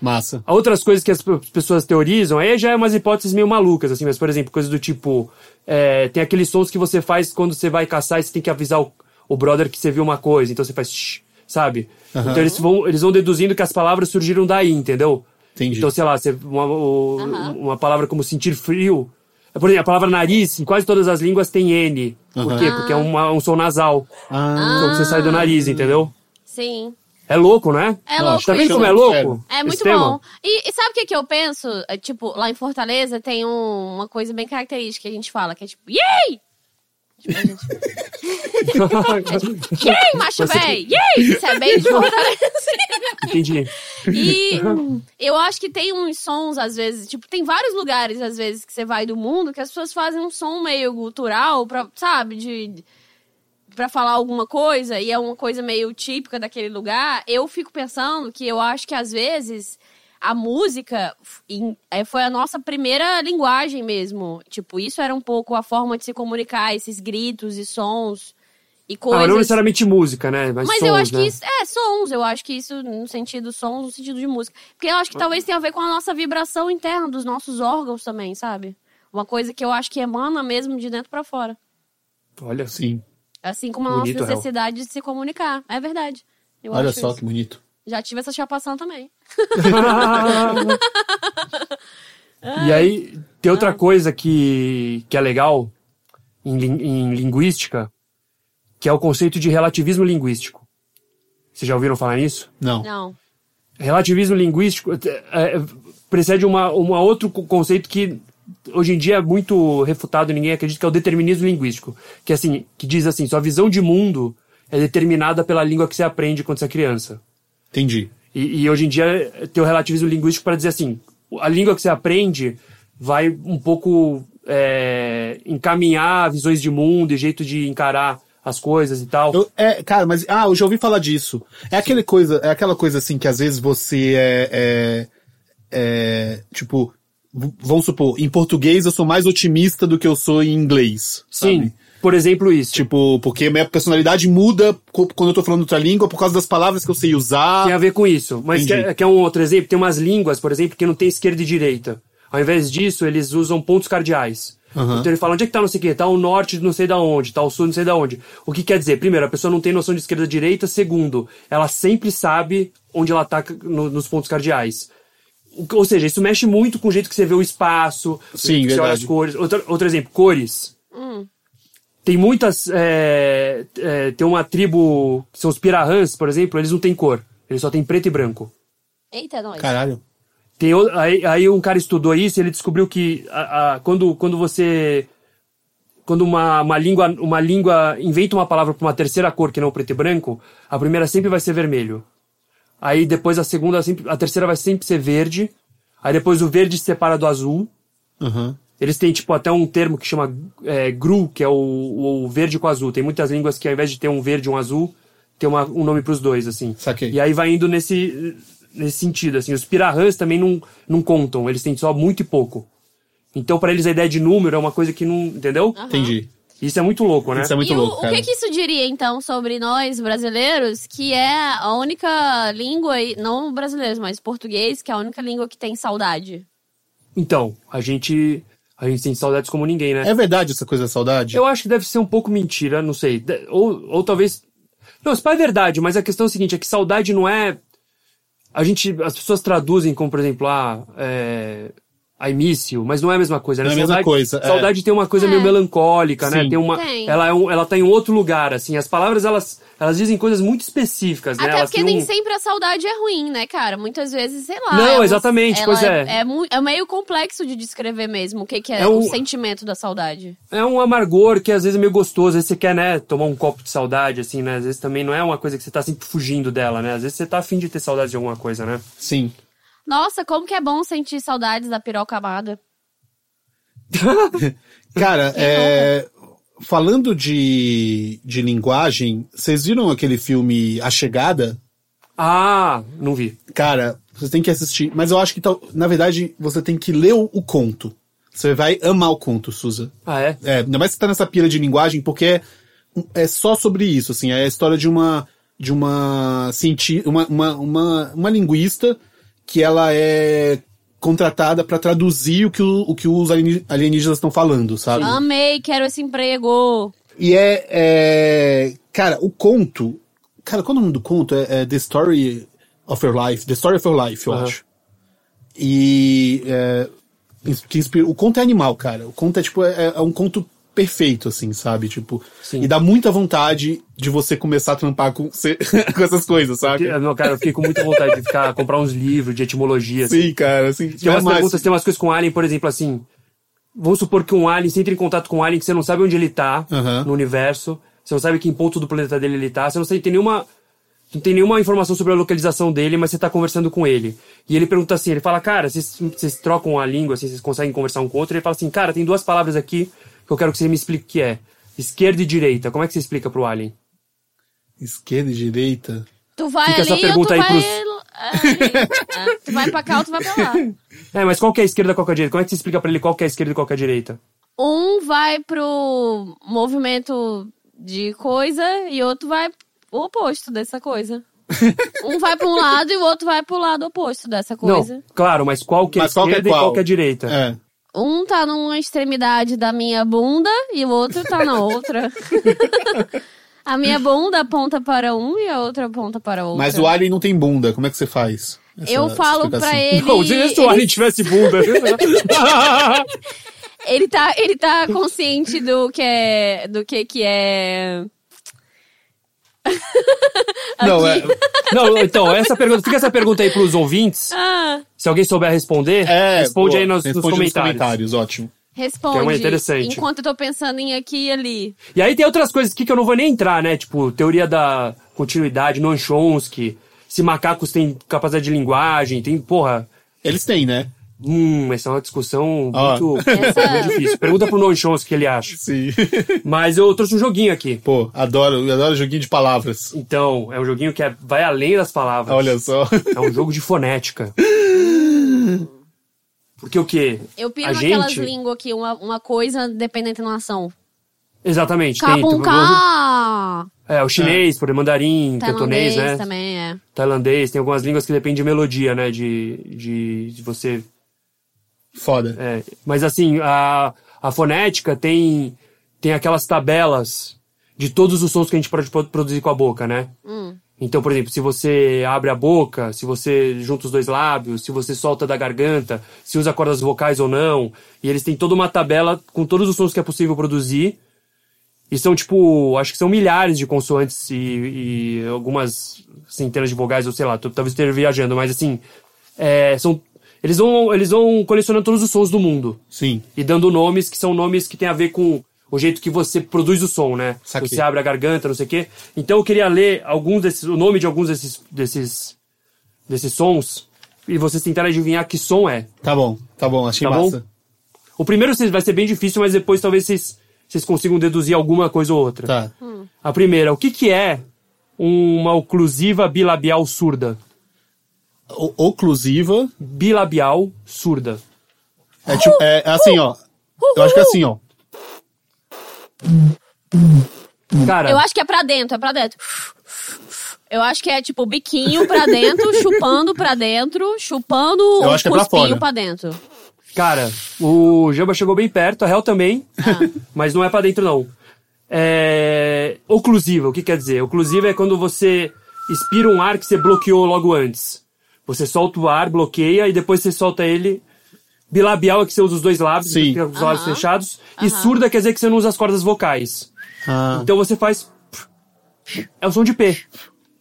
Massa.
Há Outras coisas que as pe- pessoas teorizam, aí já é umas hipóteses meio malucas, assim, mas, por exemplo, coisas do tipo, é, tem aqueles sons que você faz quando você vai caçar e você tem que avisar o, o brother que você viu uma coisa, então você faz shh, sabe? Então eles vão, eles vão deduzindo que as palavras surgiram daí, entendeu?
Entendi.
Então, sei lá, você- uma, o- um,
Aham.
uma palavra como sentir frio. é, Por exemplo, a palavra nariz, em quase todas as línguas tem N. Por
Aham.
quê? Porque é uma- um som nasal.
Ah,
Então você sai do nariz, entendeu?
Sim.
É louco, né?
É louco
Tá vendo
isso.
como é louco?
É muito
esse tema?
bom. E, e sabe o que, que eu penso? É, tipo, lá em Fortaleza tem um- uma coisa bem característica que a gente fala, que é tipo, yay! Tipo, a gente, yay, macho véi! Yay! Isso é bem de Fortaleza.
Entendi. Ah,
E eu acho que tem uns sons, às vezes, tipo, tem vários lugares, às vezes, que você vai do mundo que as pessoas fazem um som meio gutural, pra, sabe, de. Pra falar alguma coisa, e é uma coisa meio típica daquele lugar, eu fico pensando que eu acho que às vezes a música f- em- é, foi a nossa primeira linguagem mesmo. Tipo, isso era um pouco a forma de se comunicar, esses gritos e sons e
Ah, mas não
coisas.
necessariamente música, né? Mas,
Mas
sons,
eu acho que
né?
isso. É, sons. Eu acho que isso, no sentido sons, no sentido de música. Porque eu acho
Ah.
que talvez tenha a ver com a nossa vibração interna, dos nossos órgãos também, sabe? Uma coisa que eu acho que emana mesmo de dentro pra fora.
Olha,
sim.
Assim como a
Bonito,
nossa
Hel.
necessidade de se comunicar. É verdade. Eu
é. Olha
acho
só
isso.
que bonito.
Já tive essa chapação também.
e aí, tem outra
Ah.
coisa que, que é legal em, lin- em linguística, que é o conceito de relativismo linguístico. Vocês já ouviram falar nisso?
Não.
Não.
Relativismo linguístico eh, eh, precede uma, uma outro co- conceito que hoje em dia é muito refutado, ninguém acredita, que é o determinismo linguístico. Que assim, que diz assim, sua visão de mundo é determinada pela língua que você aprende quando você é criança.
Entendi.
E, e hoje em dia é, tem o relativismo linguístico para dizer assim, a língua que você aprende vai um pouco é, encaminhar visões de mundo e jeito de encarar as coisas e tal.
Eu- é, cara, mas ah, eu já ouvi falar disso. É aquele coisa, é aquela coisa assim que às vezes você é, é, é, tipo, v- vamos supor, em português eu sou mais otimista do que eu sou em inglês.
Sim,
sabe?
por exemplo isso.
Tipo, porque minha personalidade muda co- quando eu tô falando outra língua por causa das palavras que eu sei usar.
tem
é
a ver com isso. Mas
Entendi.
quer, quer um outro exemplo? Tem umas línguas, por exemplo, que não tem esquerda e direita. Ao invés disso, eles usam pontos cardeais.
Aham.
Então ele fala, onde é que tá não sei o quê? Tá o norte de não sei da onde, tá o sul de não sei da onde. O que quer dizer? Primeiro, a pessoa não tem noção de esquerda e direita. Segundo, ela sempre sabe onde ela tá no- nos pontos cardeais. O- Ou seja, isso mexe muito com o jeito que você vê o espaço,
Sim,
que você olha as
verdade.
cores. Outro, outro exemplo, cores. Tem muitas. é, é, tem uma tribo, que são os pirahãs, por exemplo, eles não têm cor. Eles só têm preto e branco.
Eita, é nós.
Caralho.
Tem, o- aí, aí um cara estudou isso e ele descobriu que a- a- quando, quando você. Quando uma, uma, língua, uma língua inventa uma palavra para uma terceira cor que não preto e branco, a primeira sempre vai ser vermelho. Aí depois a segunda, sempre, a terceira vai sempre ser verde. Aí depois o verde se separa do azul.
Aham.
Eles têm, tipo, até um termo que chama é, GRU, que é o, o verde com azul. Tem muitas línguas que, ao invés de ter um verde e um azul, tem uma- um nome pros dois, assim.
Saquei.
E aí vai indo nesse, nesse sentido, assim. Os pirahãs também não, não contam, eles têm só muito e pouco. Então, pra eles, a ideia de número é uma coisa que não. Entendeu?
Entendi.
Isso é muito louco, né?
Isso é muito
e o-
louco,
o,
cara.
que, que isso diria, então, sobre nós brasileiros, que é a única língua, e- não brasileiros, mas português, que é a única língua que tem saudade?
Então, a gente. A gente tem saudades como ninguém, né?
É verdade essa coisa da saudade?
Eu acho que deve ser um pouco mentira, não sei. De- Ou, ou talvez. Não, isso é verdade, mas a questão é a seguinte: é que saudade não é. A gente. As pessoas traduzem como, por exemplo, ah, é, I miss you, mas não é a mesma coisa, né?
Não é a mesma
saudade,
coisa, é.
Saudade tem uma coisa
É.
meio melancólica, né?
Sim.
Tem uma.
Tem.
Ela, é um, ela tá em outro lugar, assim. As palavras, elas, elas dizem coisas muito específicas, né?
Até
Elas
porque
têm
nem
um-
sempre a saudade é ruim, né, cara? Muitas vezes, sei lá.
Não,
é um-
exatamente,
ela
pois é.
É, mu- é meio complexo de descrever mesmo o que, que é,
É
o
um-
sentimento da saudade.
É um amargor que às vezes é meio gostoso. Às vezes você quer, né, tomar um copo de saudade, assim, né? Às vezes também não é uma coisa que você tá sempre fugindo dela, né? Às vezes você tá afim de ter saudade de alguma coisa, né?
Sim.
Nossa, como que é bom sentir saudades da piroca amada.
Cara, é, falando de, de linguagem, vocês viram aquele filme A Chegada?
Ah, não vi.
Cara, você tem que assistir. Mas eu acho que, tal- na verdade, você tem que ler o, o conto. Você vai amar o conto, Suza.
Ah, é?
É, ainda mais que você tá nessa pira de linguagem, porque é, é só sobre isso, assim. É a história de uma de uma, cienti- uma, uma, uma, uma linguista que ela é contratada pra traduzir o que, o, o que os alieni- alienígenas estão falando, sabe?
Amei, quero esse emprego.
E é, é- Cara, o conto. Cara, qual é o nome do conto? É, é The Story of Your Life. The Story of Your Life, eu
Aham.
acho. E. é, ins- que inspira- o conto é animal, cara. O conto é tipo. É, é um conto perfeito, assim, sabe? Tipo.
Sim.
E dá muita vontade de você começar a trampar com, você- com essas coisas, sabe?
Eu- Meu cara, eu fiquei com muita vontade de ficar, comprar uns livros de etimologia. assim.
Sim, cara. Assim,
Tem umas
jamais.
perguntas, tem umas coisas com alien, por exemplo, assim. Vamos supor que um alien, você entra em contato com um alien que você não sabe onde ele tá
Aham.
no universo, você não sabe que em ponto do planeta dele ele tá, você não sabe, tem nenhuma. Não tem nenhuma informação sobre a localização dele, mas você tá conversando com ele. E ele pergunta assim, ele fala, cara, vocês, vocês trocam a língua, assim, vocês conseguem conversar um com o outro? Ele fala assim, cara, tem duas palavras aqui que eu quero que você me explique o que é. Esquerda e direita. Como é que você explica pro alien?
Esquerda e direita.
Tu vai
Fica
ali
essa
ou tu
pergunta aí
vai...
pros-
ali? É, tu vai pra cá ou tu vai pra lá.
É, mas qual que é a esquerda e qual que é a direita? Como é que você explica pra ele qual que é a esquerda e qual que é a direita?
Um vai pro movimento de coisa e outro vai o oposto dessa coisa. Um vai pra um lado e o outro vai pro lado oposto dessa coisa.
Não, claro, mas qual que é a
Mas qual que é
esquerda e
qual?
qual que é a direita?
É.
Um tá numa extremidade da minha bunda e o outro tá na outra. a minha bunda aponta para um e a outra aponta para outra.
Mas o alien não tem bunda. Como é que você faz? Essa
Eu falo pra
explicação.
ele.
Não, se o
ele-
Alien tivesse bunda.
Ele tá, ele tá consciente do que é. Do que que é.
Não, é.
Não, então, essa pergunta, fica essa pergunta aí pros ouvintes.
Ah,
Se alguém souber responder,
é
responde
boa.
aí nos, nos
Responde
comentários.
ótimo.
responde.
Que é uma interessante.
Enquanto eu tô pensando em aqui e ali.
E aí tem outras coisas aqui que eu não vou nem entrar, né? Tipo, teoria da continuidade, Nonchomsky, se macacos têm capacidade de linguagem, tem, porra.
Eles têm, né?
Hum, essa é uma discussão
Ó.
muito,
Essa-
muito difícil. Pergunta pro Nonchomsky o que ele acha.
Sim.
Mas eu trouxe um joguinho aqui.
Pô, adoro, eu adoro joguinho de palavras.
Então, é um joguinho que é- vai além das palavras.
Olha só.
É um jogo de fonética. Porque o quê?
Eu piro
A
naquelas
gente-
línguas que uma, uma coisa depende da entonação.
Exatamente. tem- tem-
K
É, o chinês, por exemplo, mandarim,
Tailandês
cantonês, né?
Tá também, é.
Tailandês. Tem algumas línguas que dependem de melodia, né? De, de, de você...
Foda.
é. Mas assim, a, a fonética tem, tem aquelas tabelas de todos os sons que a gente pode pro- produzir com a boca, né?
Hum.
Então, por exemplo, se você abre a boca, se você junta os dois lábios, se você solta da garganta, se usa cordas vocais ou não, e eles têm toda uma tabela com todos os sons que é possível produzir. E são, tipo, acho que são milhares de consoantes e, e algumas centenas de vogais, ou sei lá, tô- talvez esteja viajando, mas assim, é, são, eles, vão, eles vão colecionando todos os sons do mundo
Sim.
e dando nomes que são nomes que tem a ver com o jeito que você produz o som, né?
Saquei.
Você abre a garganta, não sei o quê. Então eu queria ler alguns desses, o nome de alguns desses, desses, desses sons e vocês tentarem adivinhar que som é.
Tá bom, tá bom, achei
Tá bom?
massa.
O primeiro vocês- vai ser bem difícil, mas depois talvez vocês, vocês consigam deduzir alguma coisa ou outra.
Tá.
A primeira, o que que é uma oclusiva bilabial surda?
O- Oclusiva.
Bilabial surda.
É tipo. É assim, ó. Eu acho que é assim, ó.
Cara,
Eu acho que é pra dentro, é pra dentro. Eu acho que é tipo biquinho pra dentro, chupando pra dentro, chupando
Eu
o
acho que é pra
cuspinho
fora.
pra dentro.
cara, o Jamba chegou bem perto, a Hel também,
Ah.
mas não é pra dentro não. É... Oclusiva, o que quer dizer? Oclusiva é quando você expira um ar que você bloqueou logo antes. Você solta o ar, bloqueia e depois você solta ele. Bilabial é que você usa os dois lábios,
Sim.
fica com os lábios
Aham.
fechados. E surda quer dizer que você não usa as cordas vocais.
Ah.
Então você faz. É o som de P.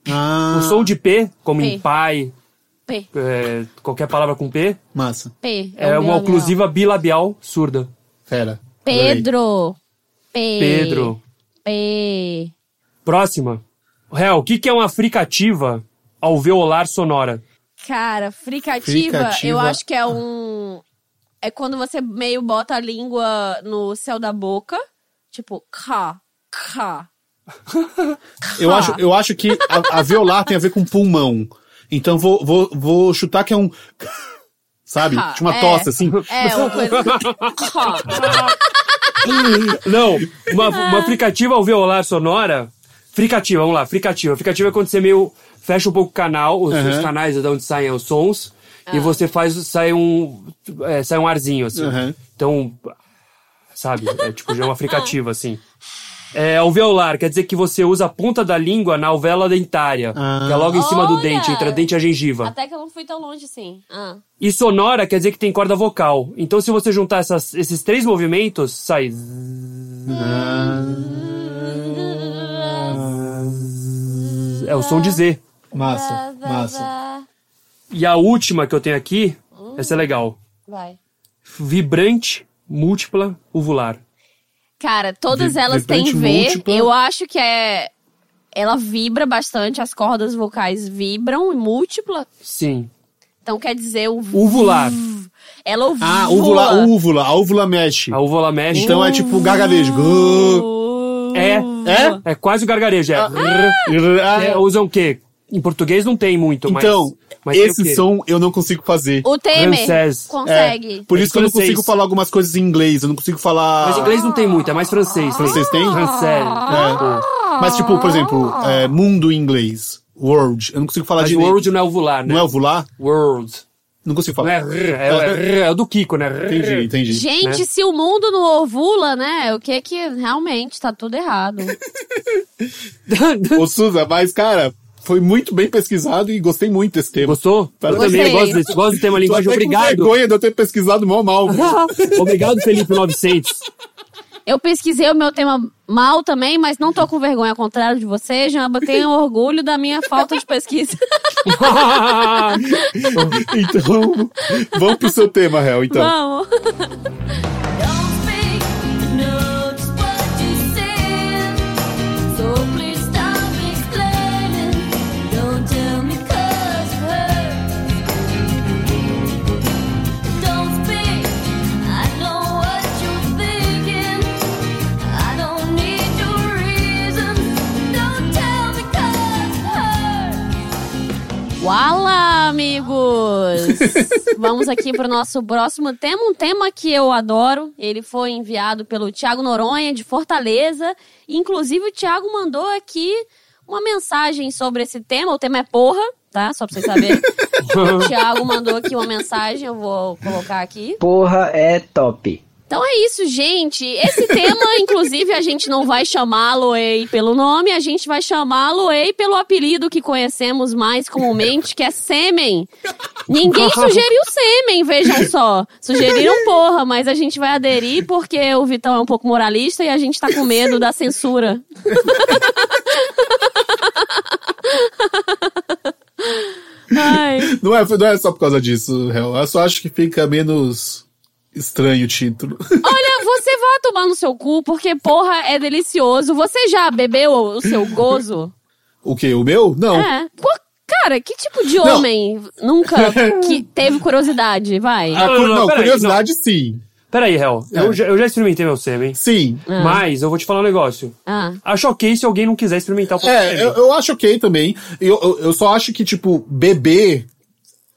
ah
O som de P, como em
P.
pai,
P,
é, qualquer palavra com P,
Massa.
P.
é
o
uma
bilabial.
oclusiva bilabial surda.
Fera.
Pedro. P.
Pedro.
P.
Próxima. Réu, o que, que é uma fricativa alveolar sonora?
Cara, fricativa,
Fricativa.
eu acho que é um. É quando você meio bota a língua no céu da boca. Tipo, cá, cá.
Eu acho, eu acho que a, a violar tem a ver com pulmão. Então vou, vou, vou chutar que é um. Sabe?
Ah,
Tinha uma
é.
tosse assim.
É, uma coisa. cá.
Não, uma, uma fricativa alveolar sonora. Fricativa, vamos lá, fricativa. Fricativa é quando você meio fecha um pouco o canal, os,
Aham.
os canais é de onde saem os sons, e você faz, sai um, é, sai um arzinho, assim.
Aham.
Então, sabe, é tipo já uma fricativa, assim. É, alveolar, quer dizer que você usa a ponta da língua na alvéola dentária,
Ah.
que é logo em cima do
Olha!
dente, entre a dente e a gengiva.
Até que eu não fui tão longe assim. Ah.
E sonora quer dizer que tem corda vocal. Então, se você juntar essas- esses três movimentos, sai. É o som de Z.
Massa, massa.
E a última que eu tenho aqui, essa é legal.
Vai.
Vibrante múltipla uvular.
Cara, todas
Vi-
elas têm
vibrante
V.
múltipla.
Eu acho que é. Ela vibra bastante, as cordas vocais vibram e múltipla.
Sim.
Então quer dizer o.
Uvular.
Ela ovula.
Ah, úvula, úvula. A úvula mexe.
A uvola mexe.
Então é tipo gargarejo. Gu-
É.
É?
É quase o gargarejo. É.
Ah,
É, usam o quê? Em português não tem muito, mas.
Então,
mas tem o
esse
quê?
som eu não consigo fazer.
O Temer
Ramsés.
consegue.
É, por isso que eu não
Francês.
consigo falar algumas coisas em inglês. Eu não consigo falar.
Mas inglês não tem muito, é mais francês.
Francês tem?
Francês.
É.
Tipo,
Mas, tipo, por exemplo, é, mundo em inglês. World. Eu não consigo falar
Mas
direito.
world não é ovular, né?
Não é ovular?
World.
Não consigo
Não
falar.
é rrr, é, é rrr, é o do Kiko, né? Rrr.
Entendi, entendi.
Gente,
né?
se o mundo não ovula, né? O que que realmente tá tudo errado?
Ô, Suza, mas, cara, foi muito bem pesquisado e gostei muito desse tema.
Gostou? Eu
Gostei.
também gosto, desse, gosto do tema
Tô
linguagem.
até é com
Obrigado.
vergonha de eu ter pesquisado mal mal.
Obrigado, Felipe 900.
Eu pesquisei o meu tema mal também, mas não tô com vergonha, ao contrário de você, Jamba. Tenho orgulho da minha falta de pesquisa.
então, vamos pro seu tema, Hel, então.
Vamos. Olá, amigos! Vamos aqui para o nosso próximo tema, um tema que eu adoro. Ele foi enviado pelo Tiago Noronha, de Fortaleza. Inclusive, o Tiago mandou aqui uma mensagem sobre esse tema. O tema é porra, tá? Só pra vocês saberem. o Tiago mandou aqui uma mensagem, eu vou colocar aqui.
Porra é top.
Então é isso, gente. Esse tema, inclusive, a gente não vai chamá-lo ei pelo nome, a gente vai chamá-lo ei pelo apelido que conhecemos mais comumente, que é sêmen. Ninguém sugeriu sêmen, vejam só. Sugeriram porra, mas a gente vai aderir porque o Vitão é um pouco moralista e a gente tá com medo da censura. Ai.
Não é, não é só por causa disso, Hel. Eu só acho que fica menos estranho o título.
Olha, você vai tomar no seu cu, porque porra é delicioso. Você já bebeu o seu gozo?
O quê? O meu? Não.
É. Pô, cara, que tipo de homem nunca que teve curiosidade? Vai.
A cu-
Não, não,
Ah, não,
não, peraí,
curiosidade sim.
Peraí, Hel.
É.
Eu, já, eu já experimentei meu sêmen.
Sim.
Mas eu vou te falar um negócio.
Ah.
Acho ok se alguém não quiser experimentar o próprio
É,
sêmen.
eu, eu acho ok também. Eu, eu, eu só acho que, tipo, beber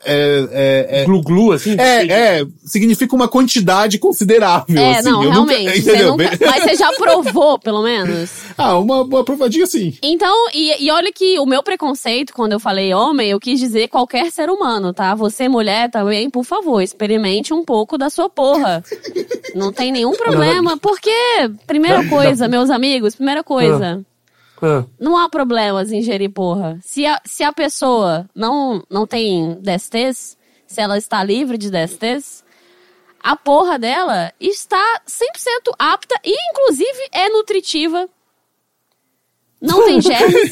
é. é, é
Glu-glu, assim?
é, é, significa uma quantidade considerável.
É,
assim.
não,
eu nunca-
realmente. você
entendeu?
nunca- mas você já provou, pelo menos?
Ah, uma, uma provadinha sim.
Então, e, e olha que o meu preconceito, quando eu falei homem, eu quis dizer qualquer ser humano, tá? Você, mulher, também, por favor, experimente um pouco da sua porra. Não tem nenhum problema, porque, primeira coisa, meus amigos, primeira coisa,
Ah.
não há problemas em ingerir porra. Se a, se a pessoa não, não tem DSTs, se ela está livre de DSTs, a porra dela está 100% apta e, inclusive, é nutritiva. Não tem germes.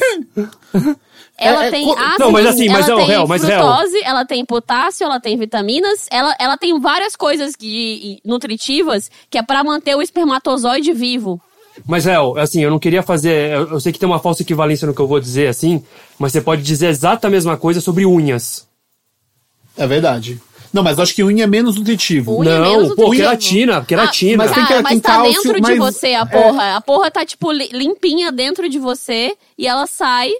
Ela
É, é,
tem
co-
ácido,
Não, mas assim, mas
ela
é o
tem
real, mas é o real.
frutose, ela tem potássio, ela tem vitaminas, ela, ela tem várias coisas que, nutritivas que é pra manter o espermatozoide vivo.
Mas, Hel, assim, eu não queria fazer. Eu, eu sei que tem uma falsa equivalência no que eu vou dizer, assim, mas você pode dizer exata a mesma coisa sobre unhas.
É verdade. Não, mas eu acho que unha é menos nutritivo.
Unha é menos
não, pô,
nutritiva.
queratina, queratina.
mas tem
Cara,
que-
Ah, mas
tem
tá
cálcio,
dentro de
mas- é.
você a porra. A porra tá, tipo, li- limpinha dentro de você e ela sai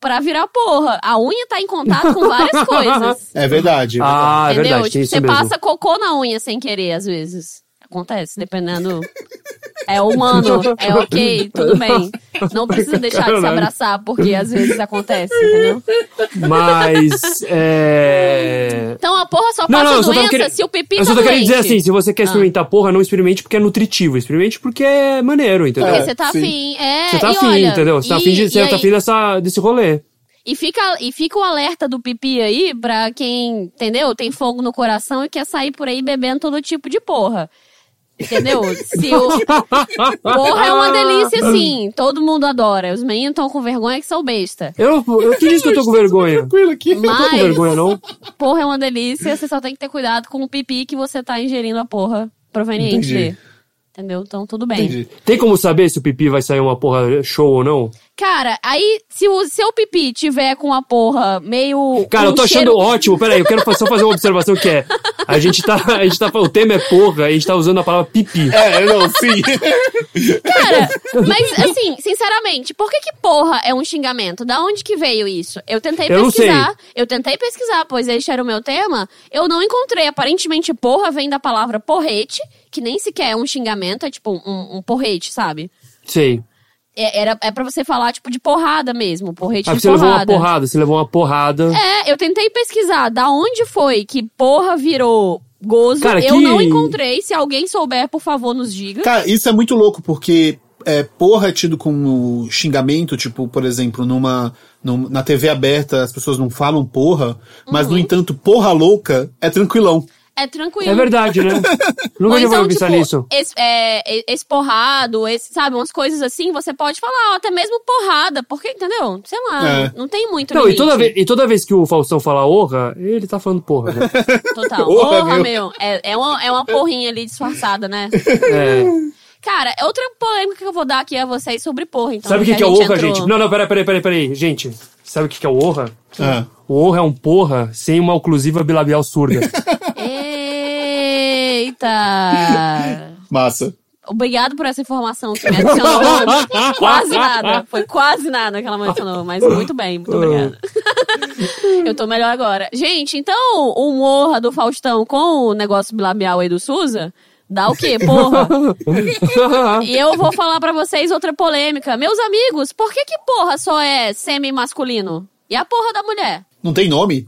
pra virar porra. A unha tá em contato com várias coisas.
É verdade. é
Ah, é
entendeu?
Ah, verdade,
Tipo,
tem isso
você
mesmo.
passa cocô na unha sem querer, às vezes. Acontece, dependendo. É humano, é ok, tudo bem. Não precisa deixar de se
Caralho.
abraçar, porque às vezes acontece, entendeu?
Mas. É.
Então a porra só
Não,
passa
não, eu só
doença
tava querendo.
se o pipi
eu
tá
só tô querendo
doente. Ah.
dizer assim: se você quer experimentar porra, não experimente porque é nutritivo. Experimente porque é maneiro, entendeu?
Porque você tá
sim.
afim, é.
Você tá
e
afim,
olha,
entendeu? Você tá
e-
afim, de,
e
você tá
aí-
afim dessa, desse rolê.
E fica, e fica o alerta do pipi aí pra quem, entendeu? Tem fogo no coração e quer sair por aí bebendo todo tipo de porra. Entendeu? Se o... Porra é uma delícia, sim. Todo mundo adora. Os meninos estão com vergonha que são besta.
Eu, eu que disse que eu tô com vergonha.
Tranquilo aqui.
Eu Não tô com
Mas-
vergonha, não.
Porra é uma delícia, você só tem que ter cuidado com o pipi que você tá ingerindo a porra proveniente
Entendi.
dele. Entendeu? Então tudo bem.
Entendi.
Tem como saber se o pipi vai sair uma porra show ou não?
Cara, aí se o seu pipi tiver com a porra meio.
Cara,
com
eu tô
um
achando
cheiro-
ótimo. Peraí, eu quero fa- só fazer uma observação que é. A gente tá. A gente tá o tema é porra, a gente tá usando a palavra pipi.
É, não, sim.
Cara, mas assim, sinceramente, por que que porra é um xingamento? Da onde que veio isso? Eu tentei
Eu não
pesquisar, eu tentei pesquisar, pois este era o meu tema, eu não encontrei. Aparentemente, porra vem da palavra porrete, que nem sequer é um xingamento, é tipo um, um porrete, sabe?
Sei.
É, era, é pra você falar, tipo, de porrada mesmo, porrete
Ah,
de
você levou uma porrada, você levou uma porrada.
Tipo É, eu tentei pesquisar da onde foi que porra virou gozo.
Cara,
eu
que-
não encontrei. Se alguém souber, por favor, nos diga.
Cara, isso é muito louco, porque é, porra é tido como xingamento, tipo, por exemplo, numa, num- na TV aberta as pessoas não falam porra, mas
Uhum.
no entanto, porra louca é tranquilão.
É tranquilo.
É verdade, né?
Ou
Nunca tinha
então,
parado pra pensar
tipo,
nisso.
es- é, e- esporrado, esse, sabe? Umas coisas assim, você pode falar, ó, até mesmo porrada, porque, entendeu? Sei lá,
É.
não tem muito
Não, e
limite.
toda, vez, e toda vez que o Faustão fala orra, ele tá falando porra, né?
Total.
Porra,
Porra,
meu.
meu. É, é, uma, é uma porrinha ali disfarçada, né?
É.
Cara, outra polêmica que eu vou dar aqui a vocês sobre porra, então.
Sabe o que,
a
que é o orra,
entrou-
gente? Não, não, peraí, peraí, peraí, peraí. Gente, sabe o que, que é o orra?
Ah.
O orra é um porra sem uma oclusiva bilabial surda.
Eita!
Massa.
Obrigado por essa informação que me adicionou. quase nada. Foi quase nada que ela mencionou, mas muito bem, muito obrigada. Eu tô melhor agora. Gente, então o morra do Faustão com o negócio bilabial aí do Suza. Dá o quê, porra? e eu vou falar pra vocês outra polêmica. Meus amigos, por que que porra só é semi-masculino? E a porra da mulher?
Não tem nome?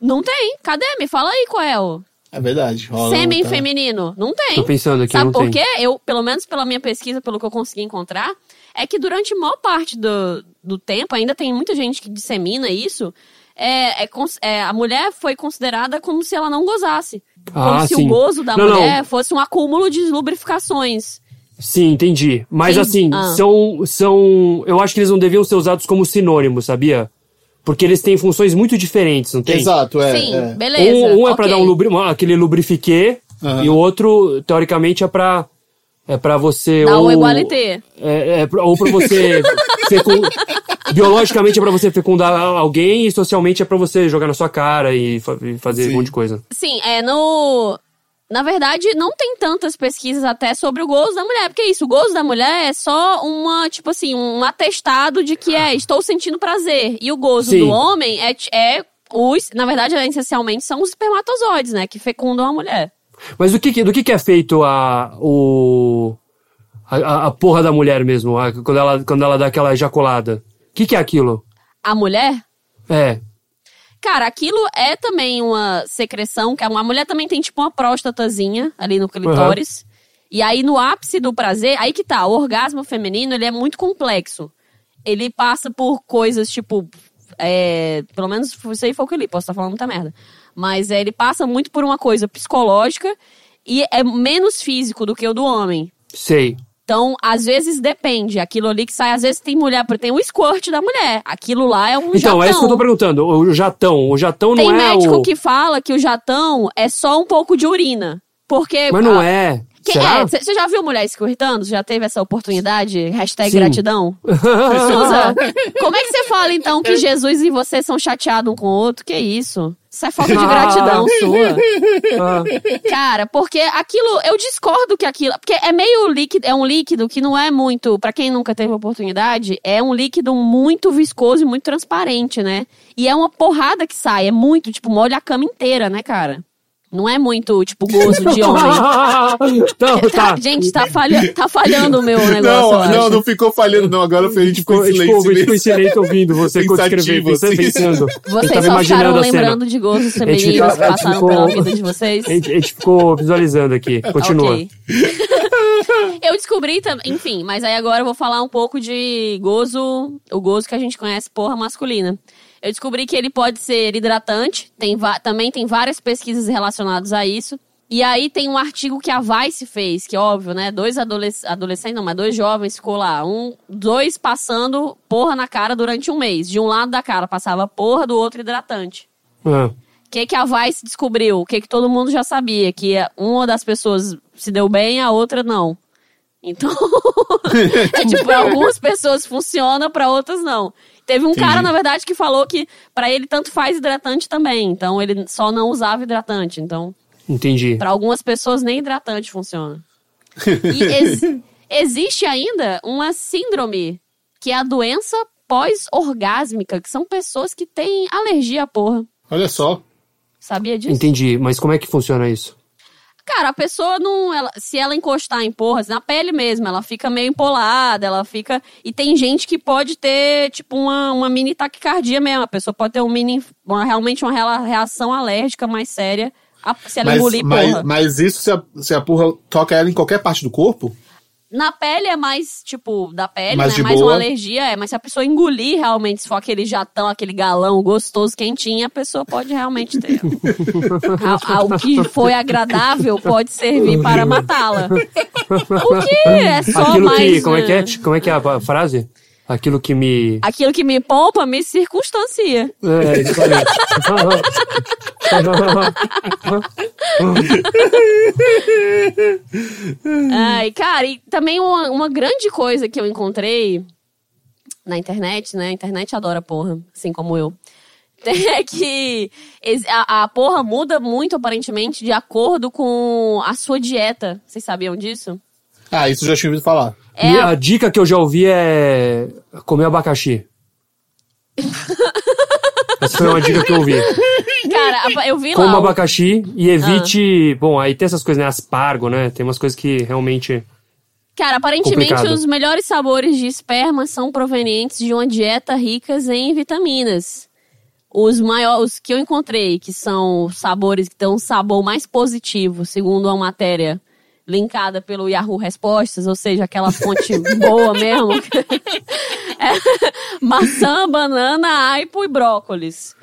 Não tem. Cadê? Me fala aí qual é o...
É verdade. rola
Sêmen
outra.
feminino? Não tem.
Tô pensando aqui,
Sabe
não
por
tem.
quê? Eu, pelo menos pela minha pesquisa, pelo que eu consegui encontrar, é que durante maior parte do, do tempo, ainda tem muita gente que dissemina isso, é, é cons- é, a mulher foi considerada como se ela não gozasse.
Ah,
como se
sim.
o gozo da
Não, não.
mulher fosse um acúmulo de lubrificações.
Sim, entendi. Mas
Sim.
assim,
Ah.
são, são. Eu acho que eles não deviam ser usados como sinônimos, sabia? Porque eles têm funções muito diferentes, não tem?
Exato, é.
Sim,
é.
beleza.
Um, um é pra
ok.
dar um lubri- uma- aquele lubrifique
Aham.
e o outro, teoricamente, é pra. É pra você.
Dar
ou,
um igualité.
É, é pra- ou pra você. fecu- Biologicamente é pra você fecundar alguém e socialmente é pra você jogar na sua cara e, fa- e fazer
Sim.
um monte de coisa.
Sim, é no. Na verdade, não tem tantas pesquisas até sobre o gozo da mulher, porque é isso, o gozo da mulher é só uma, tipo assim, um atestado de que é, estou sentindo prazer. E o gozo
Sim.
do homem é, é os, na verdade, é, essencialmente são os espermatozoides, né, que fecundam a mulher.
Mas do que, que- do que, que é feito a, o, a- a, a porra da mulher mesmo, a- quando, ela, quando ela dá aquela ejaculada? O que, que é aquilo?
A mulher?
É.
Cara, aquilo é também uma secreção, que é uma- a mulher também tem tipo uma próstatazinha ali no clitóris. E aí no ápice do prazer, aí que tá, o orgasmo feminino, ele é muito complexo. Ele passa por coisas tipo é, pelo menos isso aí foi o que eu li, posso estar falando muita merda. Mas é, ele passa muito por uma coisa psicológica e é menos físico do que o do homem.
Sei.
Então, às vezes depende. Aquilo ali que sai, às vezes tem mulher, porque tem o squirt da mulher. Aquilo lá é um
Então, é isso que
jatão.
eu tô perguntando. O jatão. O jatão
Tem
não é
médico
o.
que fala que o jatão é só um pouco de urina. Porque.
Mas não
ah,
é.
Quem
Será?
é? Você já viu mulher squirtando? Já teve essa oportunidade? Hashtag
Sim.
gratidão? Suza, como é que você fala então que Jesus e você são chateados um com o outro? Que isso? Isso é falta de
Ah.
gratidão sua.
Ah,
Cara, porque aquilo, eu discordo que aquilo, porque é meio líquido, é um líquido que não é muito, pra quem nunca teve oportunidade, é um líquido muito viscoso e muito transparente, né? E é uma porrada que sai, é muito, tipo, molha a cama inteira, né, cara? Não é muito, tipo, gozo de
Tá.
homem.
Não, tá.
Tá, gente, tá, falha, tá falhando o meu negócio. eu
Não,
acho.
não, não ficou falhando, não. Agora Tipo, a gente ficou
Ficou,
em
ficou,
silêncio.
ficou em
mesmo.
silêncio ouvindo você quando escrever,
Pensativo,
pensando,
assim.
pensando. Eu
Vocês
tava
só
imaginando
ficaram
a cena.
lembrando de gozos
gente fica-
femininos que
a gente
passaram
ficou-
pela vida de vocês.
A gente, a gente ficou visualizando aqui. Continua.
Ok. eu descobri também, enfim, mas aí agora eu vou falar um pouco de gozo, o gozo que a gente conhece, porra masculina. Eu descobri que ele pode ser hidratante, tem va- também tem várias pesquisas relacionadas a isso. E aí tem um artigo que a Vice fez, que óbvio, né? Dois adoles- adolescentes, não, mas dois jovens ficou lá, um, dois passando porra na cara durante um mês. De um lado da cara passava porra, do outro hidratante.
Ah,
O que, que a Vice descobriu? O que, que todo mundo já sabia? Que uma das pessoas se deu bem, a outra não. Então, é tipo, pra algumas pessoas funciona, pra outras não. Teve um cara, na verdade, que falou que pra ele tanto faz hidratante também. Então, ele só não usava hidratante. Então,
entendi.
Pra algumas pessoas, nem hidratante funciona. E ex- existe ainda uma síndrome, que é a doença pós-orgásmica, que são pessoas que têm alergia à porra.
Olha só.
Sabia disso?
Entendi. Mas como é que funciona isso?
Cara, a pessoa não. ela- se ela encostar em porras, na pele mesmo, ela fica meio empolada, ela fica. E tem gente que pode ter, tipo, uma, uma mini taquicardia mesmo. A pessoa pode ter um mini. uma- realmente uma rela- reação alérgica mais séria a- se ela
Mas,
engolir
mas,
porra.
mas isso se a, se a porra toca ela em qualquer parte do corpo?
Na pele é mais, tipo, da pele,
Mais
né?
de
mais
boa.
uma alergia, é. Mas se a pessoa engolir realmente, se for aquele jatão, aquele galão gostoso, quentinho, a pessoa pode realmente ter. A- a- o que foi agradável pode servir para matá-la. O que é só
Aquilo
mais...
que. Como é que
né?
é? Como é que é a pa- frase? Aquilo que me.
Aquilo que me poupa me circunstancia.
É, exatamente.
Ai, cara, e também uma, uma grande coisa que eu encontrei na internet, né? A internet adora porra, assim como eu. É que ex- a, a porra muda muito, aparentemente, de acordo com a sua dieta. Vocês sabiam disso?
Ah, isso eu já tinha ouvido falar.
É,
E a dica que eu já ouvi é comer abacaxi. Essa foi uma dica que eu ouvi.
cara, a- eu vi
Coma
lá. um o-
abacaxi e
Ah.
evite. Bom, aí tem essas coisas, né? Aspargo, né? Tem umas coisas que realmente.
Cara, aparentemente
Complicado.
os melhores sabores de esperma são provenientes de uma dieta ricas em vitaminas. Os maiores que eu encontrei, que são sabores que têm um sabor mais positivo, segundo a matéria linkada pelo Yahoo Respostas, ou seja, aquela fonte boa mesmo. é, maçã, banana, aipo e brócolis.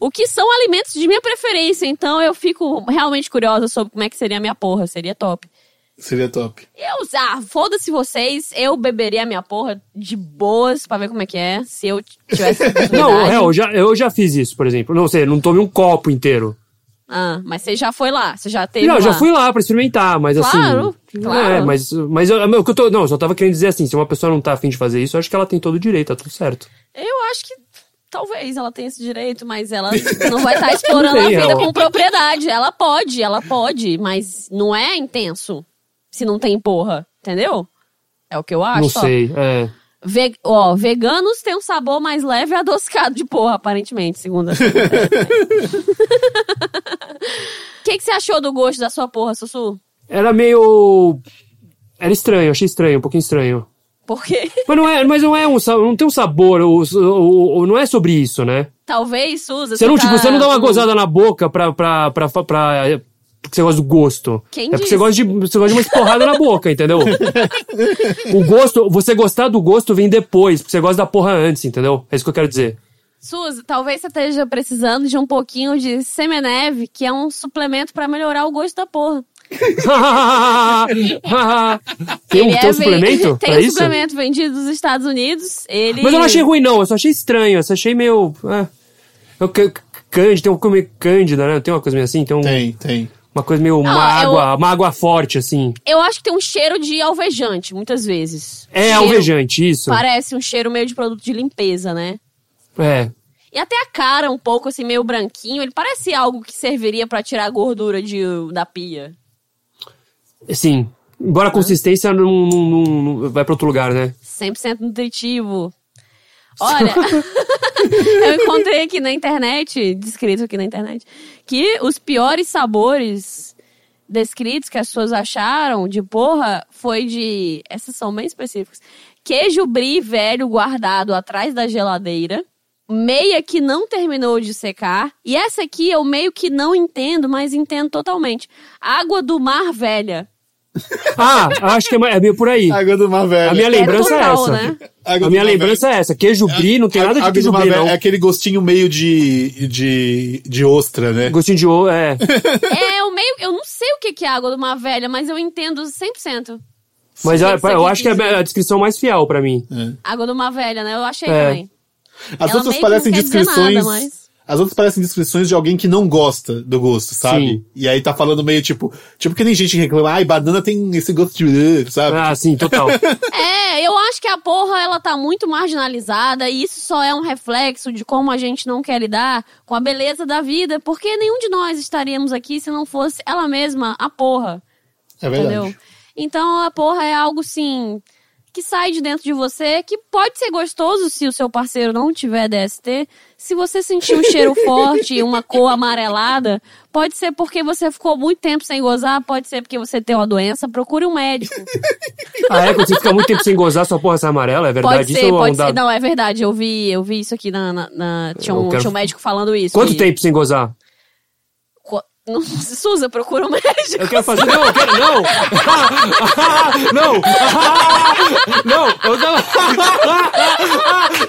O que são alimentos de minha preferência, então eu fico realmente curiosa sobre como é que seria a minha porra, seria top.
Seria top.
Eu, ah, foda-se vocês, eu beberia a minha porra de boas pra ver como é que é, se eu tivesse
Não, é, eu já, eu já fiz isso, por exemplo. Não sei, não tome um copo inteiro.
Ah, mas você já foi lá, você já teve
não, eu já
lá.
fui lá pra experimentar, mas
Claro,
assim.
claro.
É, mas, mas eu, o que eu tô. Não, eu só tava querendo dizer assim: se uma pessoa não tá afim de fazer isso, eu acho que ela tem todo o direito, tá tudo certo.
Eu acho que talvez ela tenha esse direito, mas ela não vai estar explorando
Não
a
tem,
vida
ela-
com propriedade. Ela pode, ela pode, mas não é intenso se não tem porra, entendeu? É o que eu acho.
não
ó.
sei. É.
Ve- ó, veganos têm um sabor mais leve e adocicado de porra, aparentemente, segundo. a- O que, que você achou do gosto da sua porra, Sussu?
Era meio. Era estranho, achei estranho, um pouquinho estranho.
Por quê?
Mas não é, mas não é um sa- não tem um sabor, o, o, o- não é sobre isso, né?
Talvez, Suza.
Você não, tipo,
tá-
você não dá uma gozada na boca pra. pra, pra, pra, pra- porque você gosta do gosto.
Quem
é porque
disse?
você gosta, de, você gosta de uma esporrada na boca, entendeu? O gosto, você gostar do gosto vem depois, porque você gosta da porra antes, entendeu? É isso que eu quero dizer.
Suzy, talvez você esteja precisando de um pouquinho de semeneve, que é um suplemento pra melhorar o gosto da porra.
tem um,
Ele
tem um
é ven-
suplemento?
Tem
pra
um
isso?
suplemento vendido dos Estados Unidos. Ele...
Mas eu não achei ruim, não. Eu só achei estranho. Eu só achei meio. É, eu, c- c- cândida, tem um comer cândida, né? Tem uma coisa meio assim, tem, um-
Tem, tem.
uma coisa meio. Uma,
Ah, eu-
água, uma água forte, assim.
Eu acho que tem um cheiro de alvejante, muitas vezes.
É
Cheiro-
alvejante, isso.
Parece um cheiro meio de produto de limpeza, né?
É.
E até a cara um pouco assim, meio branquinho. Ele parece algo que serviria pra tirar a gordura de, da pia.
Sim. Embora a consistência não, não- não- não- vai pra outro lugar, né?
100% nutritivo. Olha, eu encontrei aqui na internet, descrito aqui na internet, que os piores sabores descritos que as pessoas acharam de porra foi de. Essas são bem específicas. Queijo brie velho guardado atrás da geladeira. Meia que não terminou de secar. E essa aqui eu meio que não entendo, mas entendo totalmente. Água do mar velha.
Ah, acho que é, ma- é meio por aí.
Água do mar velho.
A minha lembrança é,
total,
essa.
né?
Água
A
do
minha
mar
lembrança é essa. Queijo brie, não tem nada de
Água
queijo
do mar
brie,
velho
não.
É aquele gostinho meio de, de, de ostra, né?
Gostinho de ovo, é.
É, eu meio. Eu não sei o que que é água de uma velha, mas eu entendo 100%.
Mas
Sim,
eu,
isso
eu
aqui
acho que é
diz-
a descrição mais fiel pra mim.
Água de uma velha, né? Eu achei
É.
também.
É. As
Ela meio
outras
que
parecem
não quer dizer
descrições.
nada, mas-
As outras parecem descrições de alguém que não gosta do gosto, sabe?
Sim.
E aí tá falando meio tipo. Tipo que nem gente que reclama, ai, banana tem esse gosto de. sabe?
Ah, sim, total.
É, eu acho que a porra, ela tá muito marginalizada e isso só é um reflexo de como a gente não quer lidar com a beleza da vida, porque nenhum de nós estaríamos aqui se não fosse ela mesma, a porra.
é verdade.
Entendeu? Então a porra é algo assim que sai de dentro de você, que pode ser gostoso se o seu parceiro não tiver DST. Se você sentir um cheiro forte, uma cor amarelada, pode ser porque você ficou muito tempo sem gozar, pode ser porque você tem uma doença, procure um médico.
Ah, é? Quando você fica muito tempo sem gozar, sua porra sai amarela, é verdade?
pode
Isso
ser,
é um
pode ser.
dado.
Não, é verdade, eu vi, eu vi isso aqui na. na- na- tinha,
Eu
um,
quero-
tinha um médico falando isso.
Quanto
que-
tempo sem gozar?
Co- Não, Suza, procura um médico.
Eu quero fazer. Não, eu quero. Não! Não! Não! Eu tava.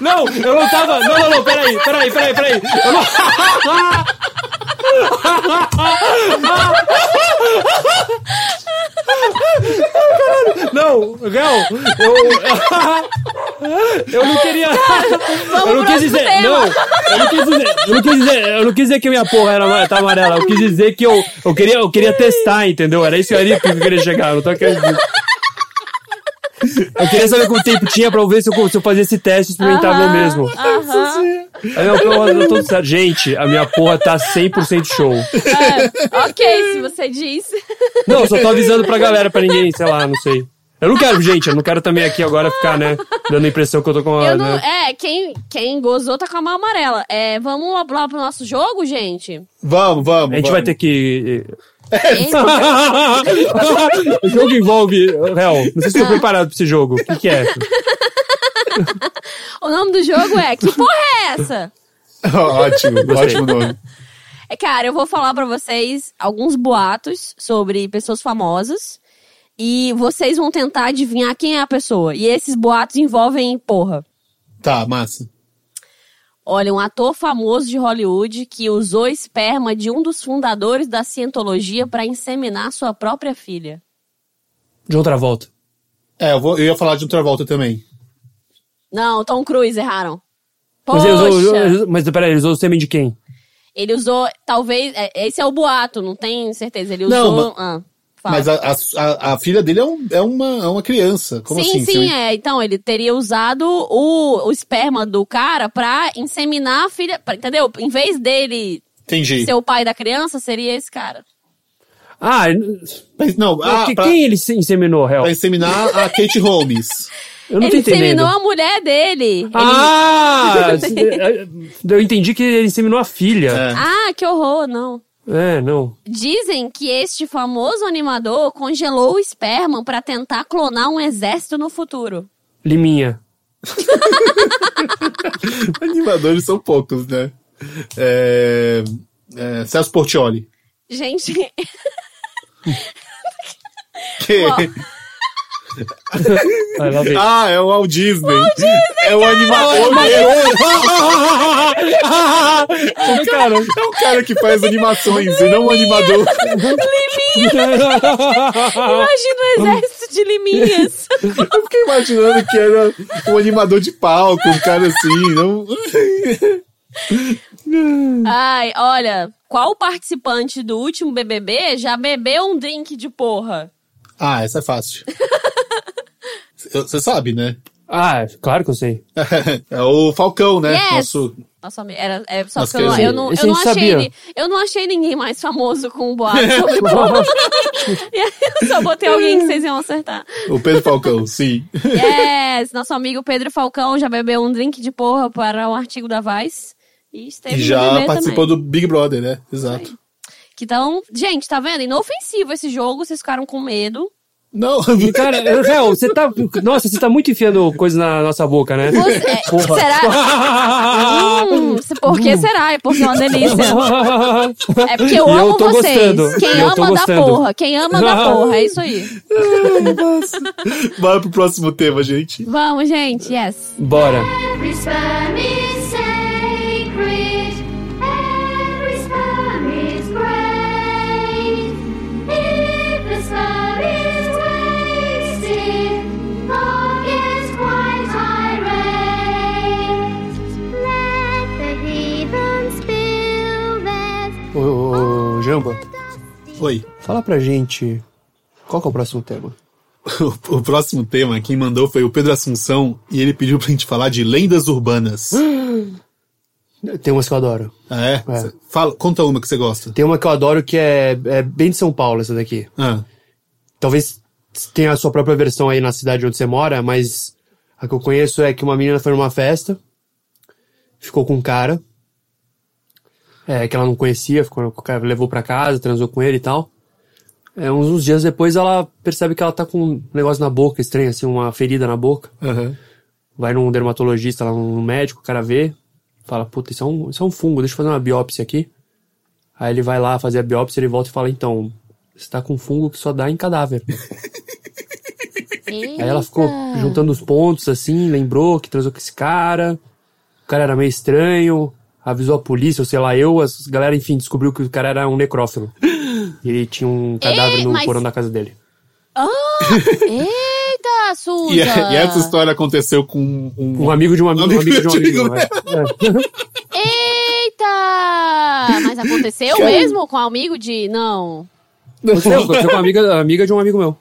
Não! Eu não tava. Não, não, não, peraí, peraí, peraí, peraí. Eu não... Não, não, eu, eu não queria. eu não quis dizer,
próximo
não, eu não quis dizer, eu não quis dizer, eu não quis dizer que minha porra era ama- tá amarela. Eu quis dizer que eu, eu queria, eu queria testar, entendeu? Era isso que eu queria- que eu queria chegar. Eu não tô querendo. Eu queria saber quanto tempo tinha pra eu ver se eu, se eu fazia esse teste e experimentava eu
Aham,
mesmo.
aham.
Aí eu, eu, eu tô certo. Gente, a minha porra tá 100% show.
É, ok, se você disse.
Não, eu só tô avisando pra galera, pra ninguém, sei lá, não sei. Eu não quero, gente, eu não quero também aqui agora ficar, né, dando a impressão que eu tô com uma,
Eu não,
né?
é, quem, quem gozou tá com a mão amarela. É, vamos lá, lá pro nosso jogo, gente?
Vamos, vamos.
A gente
vamos.
vai ter que... eh, É,
Esse-
então. o jogo envolve... Real, não sei se eu
Ah.
tô preparado pra esse jogo. O que que é?
o nome do jogo é Que Porra é Essa?
ótimo, ótimo nome.
É, Cara, eu vou falar pra vocês alguns boatos sobre pessoas famosas. E vocês vão tentar adivinhar quem é a pessoa. E esses boatos envolvem, porra.
Tá, massa.
Olha, um ator famoso de Hollywood que usou esperma de um dos fundadores da cientologia pra inseminar sua própria filha.
De outra volta.
É, eu, vou, eu ia falar de outra volta também.
Não, Tom Cruise, erraram.
Mas,
Poxa!
ele usou- usou- mas peraí, ele usou o sêmen de quem?
Ele usou, talvez, é, esse é o boato, não tenho certeza. Ele
Não,
usou.
ma-
ah, fala.
Mas a, a- a, a filha dele é, um- é uma, é uma criança. Como
sim,
assim?
sim,
Você-
é. Então, ele teria usado o, o esperma do cara pra inseminar a filha. pra- entendeu? Em vez dele
Entendi.
ser o pai da criança, seria esse cara.
Ah,
Mas não, ah,
que-
pra,
quem ele se inseminou, réu?
pra inseminar a Kate Holmes.
Eu não tô
ele
entendendo.
inseminou a mulher dele. Ele-
Ah! eu entendi que ele inseminou a filha.
É.
Ah, que horror, não.
É, não.
Dizem que este famoso animador congelou o esperma pra tentar clonar um exército no futuro.
Liminha.
Animadores são poucos, né? É, é, Celso Portioli.
Gente,
Que-
Vai lá ver.
ah, é o Walt Disney. é o animador mesmo.
Cara,
É o cara que faz animações e não o animador.
imagina um exército de liminhas.
Eu fiquei imaginando que era um animador de palco, um cara assim. Não...
Ai, olha, qual participante do último BBB já bebeu um drink de porra?
Ah, essa é fácil. Você sabe, né?
Ah, claro que eu sei.
É o Falcão, né?
Yes!
Nosso...
Nossa, ami- era, é só
Nossa,
que eu não,
quer dizer,
eu não,
esse
eu
a
não
gente
achei
sabia.
ni- eu não achei ninguém mais famoso com um boato sobre porra. E aí eu só botei alguém que vocês iam acertar.
O Pedro Falcão, sim.
Yes! Nosso amigo Pedro Falcão já bebeu um drink de porra para um artigo da Vice. E esteve
E
no
já
BBB
participou
um também.
do Big Brother, né? Exato.
Que Então, gente, tá vendo? Inofensivo esse jogo, vocês ficaram com medo.
Não,
Cara, eu- Léo, você tá. Nossa, você tá muito enfiando coisa na nossa boca, né?
Você- é, será? Hum, por que será? É porque é uma delícia. É porque eu
E eu
amo
tô
vocês.
gostando.
Quem
E eu tô
ama da
gostando.
porra. Quem ama da porra. É isso aí.
bora pro próximo tema, gente.
Vamos, gente. Yes.
Bora.
Every sperm is sacred. Every sperm is great. If the sperm is wasted, love is quite irate. Let the heathen spill their
Ô, ô, ô, Jamba,
Oi.
fala pra gente. Qual que é o próximo tema?
O, o próximo tema, quem mandou foi o Pedro Assunção e ele pediu pra gente falar de lendas urbanas.
Tem umas que eu adoro.
Ah, é? Cê- Fala, conta uma que você gosta.
Tem uma que eu adoro que é, é bem de São Paulo, essa daqui.
Ah,
Talvez tenha a sua própria versão aí na cidade onde você mora, mas a que eu conheço é que uma menina foi numa festa, ficou com um cara, é, que ela não conhecia, ficou com o cara, levou pra casa, transou com ele e tal. É, uns, uns dias depois ela percebe que ela tá com um negócio na boca estranho, assim, uma ferida na boca.
aham.
Vai num dermatologista, lá num médico, o cara vê, fala, puta, isso é um, isso é um fungo, deixa eu fazer uma biópsia aqui. Aí ele vai lá fazer a biópsia, ele volta e fala, então, você tá com um fungo que só dá em cadáver. Aí ela ficou juntando os pontos, assim, lembrou que transou com esse cara, o cara era meio estranho, avisou a polícia, ou sei lá, eu, as galera, enfim, descobriu que o cara era um necrófilo. E ele tinha um cadáver
Ei,
no
mas-
porão da casa dele.
Ah, eita, Suza.
E, a- e essa história aconteceu com um,
Um amigo de um amigo, um amigo de um amigo. né? É.
Eita! Mas aconteceu mesmo com o amigo de... Não.
Aconteceu, aconteceu com uma amiga, amiga de um amigo meu.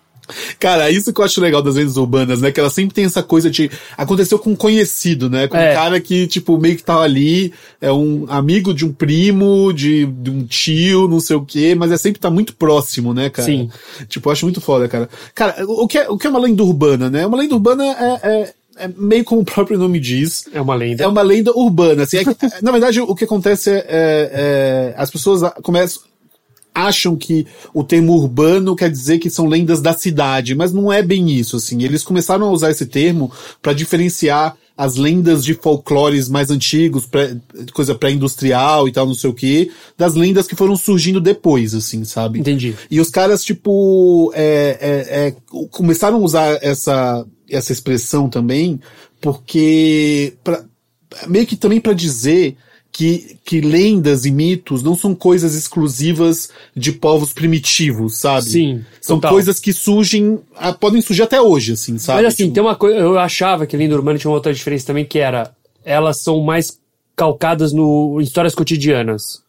Cara, isso que eu acho legal das lendas urbanas, né? Que ela sempre tem essa coisa de. Aconteceu com um conhecido, né? Com um
É.
cara que, tipo, meio que tava ali, é um amigo de um primo, de, de um tio, não sei o quê, mas é sempre tá muito próximo, né, cara?
Sim.
Tipo, eu acho muito foda, cara. Cara, o o que é, o que é uma lenda urbana, né? Uma lenda urbana é- é- é meio como o próprio nome diz.
É uma lenda.
É uma lenda urbana, assim. É que, na verdade, o que acontece é, é- é, as pessoas a- começam. acham que o termo urbano quer dizer que são lendas da cidade, mas não é bem isso, assim. Eles começaram a usar esse termo para diferenciar as lendas de folclores mais antigos, pré- coisa pré-industrial e tal, não sei o quê, das lendas que foram surgindo depois, assim, sabe?
Entendi.
E os caras, tipo, é, é, é, começaram a usar essa, essa expressão também, porque pra, meio que também para dizer que, que lendas e mitos não são coisas exclusivas de povos primitivos, sabe?
Sim,
São
total.
coisas que surgem, ah, podem surgir até hoje, assim, sabe?
Mas assim,
Tipo,
tem uma coisa. Eu achava que Lenda Urbana tinha uma outra diferença também, que era. Elas são mais calcadas no, em histórias cotidianas.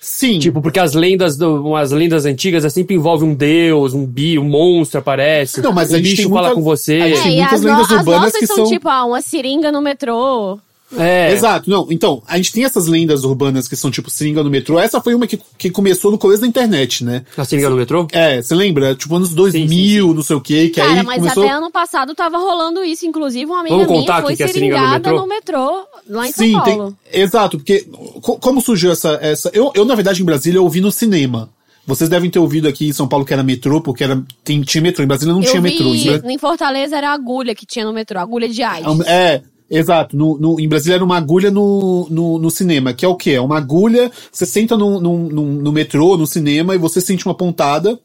Sim.
Tipo, porque as lendas, do, as lendas antigas é sempre envolve um deus, um bi, um monstro aparece.
Não, mas
um
a gente
bicho
tem
fala
muita- É,
com você.
a gente tem
É, e
muitas
as, no-
lendas
as
urbanas
nossas
que
são,
são-
tipo, ah, uma seringa no metrô.
É.
Exato, não. Então, a gente tem essas lendas urbanas que são tipo seringa no metrô. Essa foi uma que, que começou no começo da internet, né?
A seringa Tá no metrô?
É, você lembra? Tipo, anos 2000, não sei o quê, que
Cara,
aí
mas
começou...
até ano passado tava rolando isso. Inclusive, uma amiga
Vamos contar
minha foi
o que que é seringa no
seringada
metrô?
no metrô, lá em
Sim,
São Paulo.
tem... Exato, porque co- como surgiu essa... essa... Eu, eu, na verdade, em Brasília, eu ouvi no cinema. Vocês devem ter ouvido aqui em São Paulo que era metrô, porque era... Tem, tinha metrô. Em Brasília não
Eu
tinha
vi,
metrô. Em Bra-
Em Fortaleza era a agulha que tinha no metrô, a agulha de AIDS.
É, exato. No, no- em Brasília era uma agulha no, no, no cinema, que é o quê? É uma agulha, você senta no, no, no, no metrô, no cinema, e você sente uma pontada.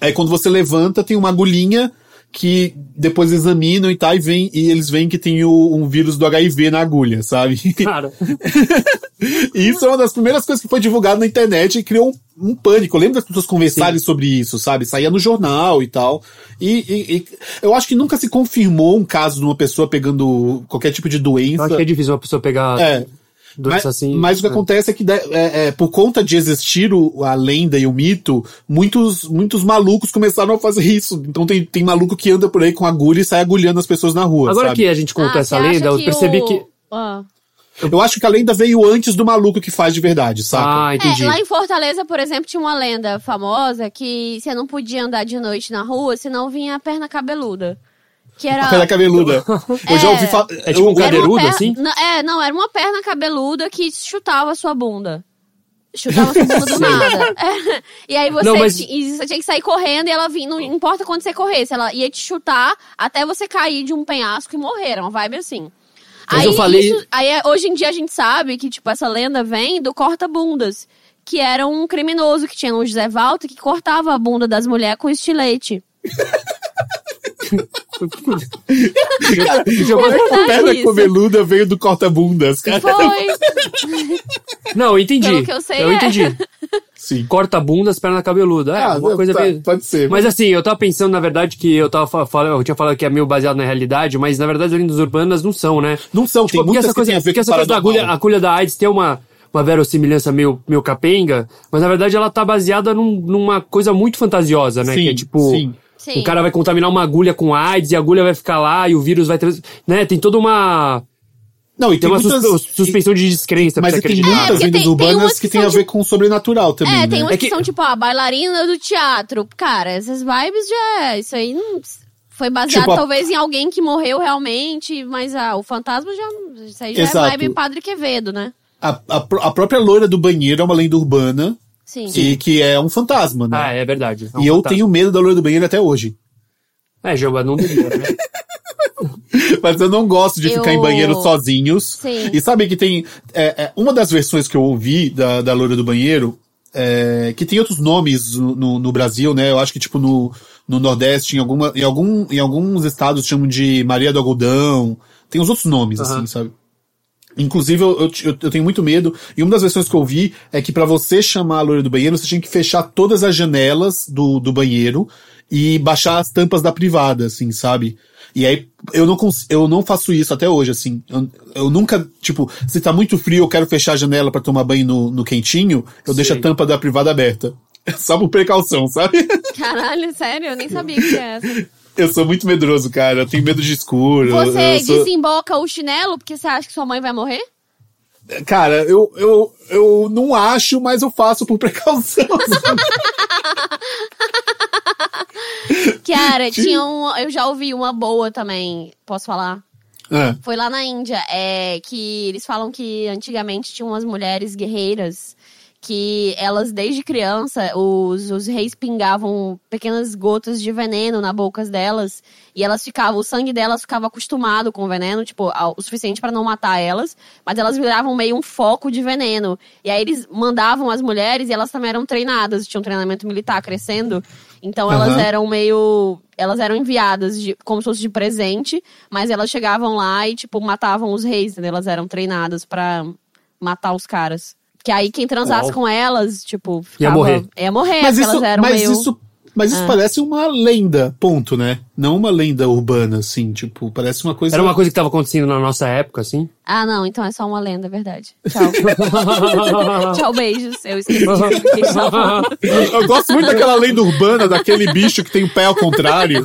Aí quando você levanta, tem uma agulhinha que depois examinam e tal, e, vem, e eles veem que tem o- um vírus do HIV na agulha, sabe?
Cara.
E isso é uma das primeiras coisas que foi divulgado na internet e criou um, um pânico. Eu lembro das pessoas conversarem sobre isso, sabe? Saía no jornal e tal. E, e- e eu acho que nunca se confirmou um caso de uma pessoa pegando qualquer tipo de
Eu
doença.
acho que é difícil uma pessoa pegar
É.
doença
Mas,
assim.
mas o que
É.
acontece é que, de- é, é, por conta de existir o- a lenda e o mito, muitos, muitos malucos começaram a fazer isso. Então tem, tem maluco que anda por aí com agulha e sai agulhando as pessoas na rua.
Agora
sabe?
que é- a gente
Ah,
conta essa
você acha
lenda, eu percebi
o-
que.
Ah.
Eu acho que a lenda veio antes do maluco que faz de verdade, saca?
Ah,
É,
entendi.
lá em Fortaleza, por exemplo, tinha uma lenda famosa que você não podia andar de noite na rua, senão vinha a perna cabeluda. Que era.
Cara cabeluda. Eu já ouvi falar.
É tipo um
era
cadeirudo,
uma perna-
assim?
Não, É, não, era uma perna cabeluda que chutava a sua bunda. Chutava a sua bunda do nada. É. E aí você,
Não, mas-
ti- e você tinha que sair correndo e ela vinha. Não importa quando você corresse, ela ia te chutar até você cair de um penhasco e morrer. Era uma vibe assim.
Mas eu falei-
aí, é- hoje em dia a gente sabe que, tipo, essa lenda vem do corta-bundas. Que era um criminoso que tinha no José Valter que cortava a bunda das mulheres com estilete.
Cara,
verdade
perna
isso.
comeluda veio do corta-bundas, cara.
Foi!
Não, eu entendi.
Pelo que eu sei, é.
entendi.
Sim.
Corta bundas, perna cabeluda. É,
Ah,
uma coisa
tá,
meio-
pode ser.
Mas assim, eu tava pensando, na verdade, que eu tava fa- falando, eu tinha falado que é meio baseado na realidade, mas na verdade as lendas urbanas não são, né?
Não são, tem
porque
muitas
essa
que
coisa,
tem a ver
porque
com
essa coisa da agulha, a
paranormal.
agulha da AIDS tem uma, uma verossimilhança meio, meio capenga, mas na verdade ela tá baseada num- numa coisa muito fantasiosa, né?
Sim,
que é tipo.
sim.
Sim.
O cara vai contaminar uma agulha com AIDS e a agulha vai ficar lá e o vírus vai. trans- Né? Tem toda uma.
Não, e
Tem
tem
uma
muitas...
sus- suspensão de descrença pra
Mas
você
e tem
acreditar.
muitas
porque
lendas
tem- tem
urbanas
umas
que
que
tem a
são
ver
tipo-
com o sobrenatural também,
É, tem
né?
umas
É
que...
que-
são tipo a bailarina do teatro. Cara, essas vibes já é. Isso aí não- foi baseado
Tipo, a-
talvez em alguém que morreu realmente, mas ah, o fantasma já. Isso aí já
Exato.
é vibe Padre Quevedo, né?
A, a, pró- a própria loira do banheiro é uma lenda urbana
Sim.
e que é um fantasma, né?
Ah, é verdade. É um
E eu
fantasma.
tenho medo da loira do banheiro até hoje.
É, Juba, não devia, né?
Mas eu não gosto de
Eu-
ficar em banheiro sozinhos.
Sim.
E sabe que tem. é, é, uma das versões que eu ouvi da, da Loura do Banheiro, é, que tem outros nomes no, no- no Brasil, né? Eu acho que, tipo, no, no Nordeste, em, alguma, em, algum, em alguns estados chamam de Maria do Algodão. Tem uns outros nomes,
Aham.
assim, sabe? Inclusive, eu, eu, eu- eu tenho muito medo. E uma das versões que eu vi é que pra você chamar a loira do banheiro, você tinha que fechar todas as janelas do, do banheiro e baixar as tampas da privada, assim, sabe? E aí, eu não, cons- eu não faço isso até hoje, assim. Eu, eu nunca, tipo, se tá muito frio, eu quero fechar a janela pra tomar banho no, no quentinho, eu deixo a
Sei.
tampa da privada aberta. Só por precaução, sabe?
Caralho, sério, eu nem sabia que era essa.
Eu sou muito medroso, cara. Eu tenho medo de escuro.
Você
eu sou-
desemboca o chinelo porque você acha que sua mãe vai morrer?
Cara, eu, eu, eu não acho, mas eu faço por precaução.
Cara, tinha um. Eu já ouvi uma boa também, posso falar?
É.
Foi lá na Índia, é, que eles falam que antigamente tinham umas mulheres guerreiras que elas, desde criança, os, os reis pingavam pequenas gotas de veneno na bocas delas. E elas ficavam, o sangue delas ficava acostumado com o veneno, tipo, ao- o suficiente para não matar elas. Mas elas viravam meio um foco de veneno. E aí eles mandavam as mulheres e elas também eram treinadas, tinham treinamento militar crescendo. Então elas
Aham.
eram meio. Elas eram enviadas de, como se fosse de presente, mas elas chegavam lá e, tipo, matavam os reis, entendeu? Elas eram treinadas pra matar os caras. Que aí quem transasse
Uau.
com elas, tipo,
Ia
ficava-
morrer.
Ia morrer,
mas
É, porque
isso,
elas eram
mas
meio. Ah.
isso, mas isso parece uma lenda, ponto, né? Não uma lenda urbana, assim, tipo, parece uma coisa.
Era uma coisa que tava acontecendo na nossa época, assim.
Ah, não, então é só uma lenda, é verdade. Tchau. Tchau, beijos. Eu esqueci. Fiquei só falando.
Eu, eu gosto muito daquela lenda urbana, daquele bicho que tem o pé ao contrário.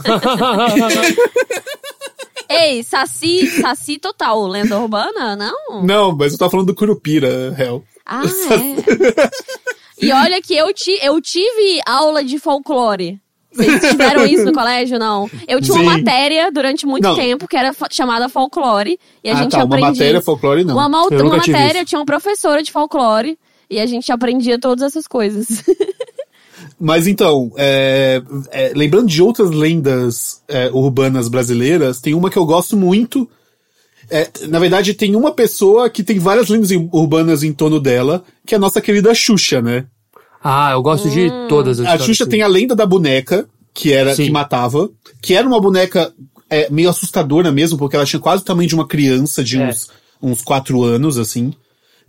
Ei, Saci, Saci total, lenda urbana? Não?
Não, mas eu tava falando do Curupira, real.
Ah, é. E olha que eu, ti, eu tive aula de folclore. Vocês tiveram isso no colégio? Não. Eu tinha uma
Sim.
matéria durante muito
Não.
tempo que era fo- chamada folclore. E a
ah,
gente
tá. Uma
aprendia.
matéria folclore, não.
Uma, mal-
Eu
uma
nunca tive
matéria,
isso.
eu tinha uma professora de folclore. E a gente aprendia todas essas coisas.
Mas então, é, é, lembrando de outras lendas é, urbanas brasileiras, tem uma que eu gosto muito. É, na verdade, tem uma pessoa que tem várias lendas im- urbanas em torno dela, que é a nossa querida Xuxa, né?
Ah, eu gosto de
Hum.
todas as
A
histórias,
Xuxa
assim.
tem a lenda da boneca, que era
Sim.
que matava, que era uma boneca é, meio assustadora mesmo, porque ela tinha quase o tamanho de uma criança, de
É.
uns, uns quatro anos, assim.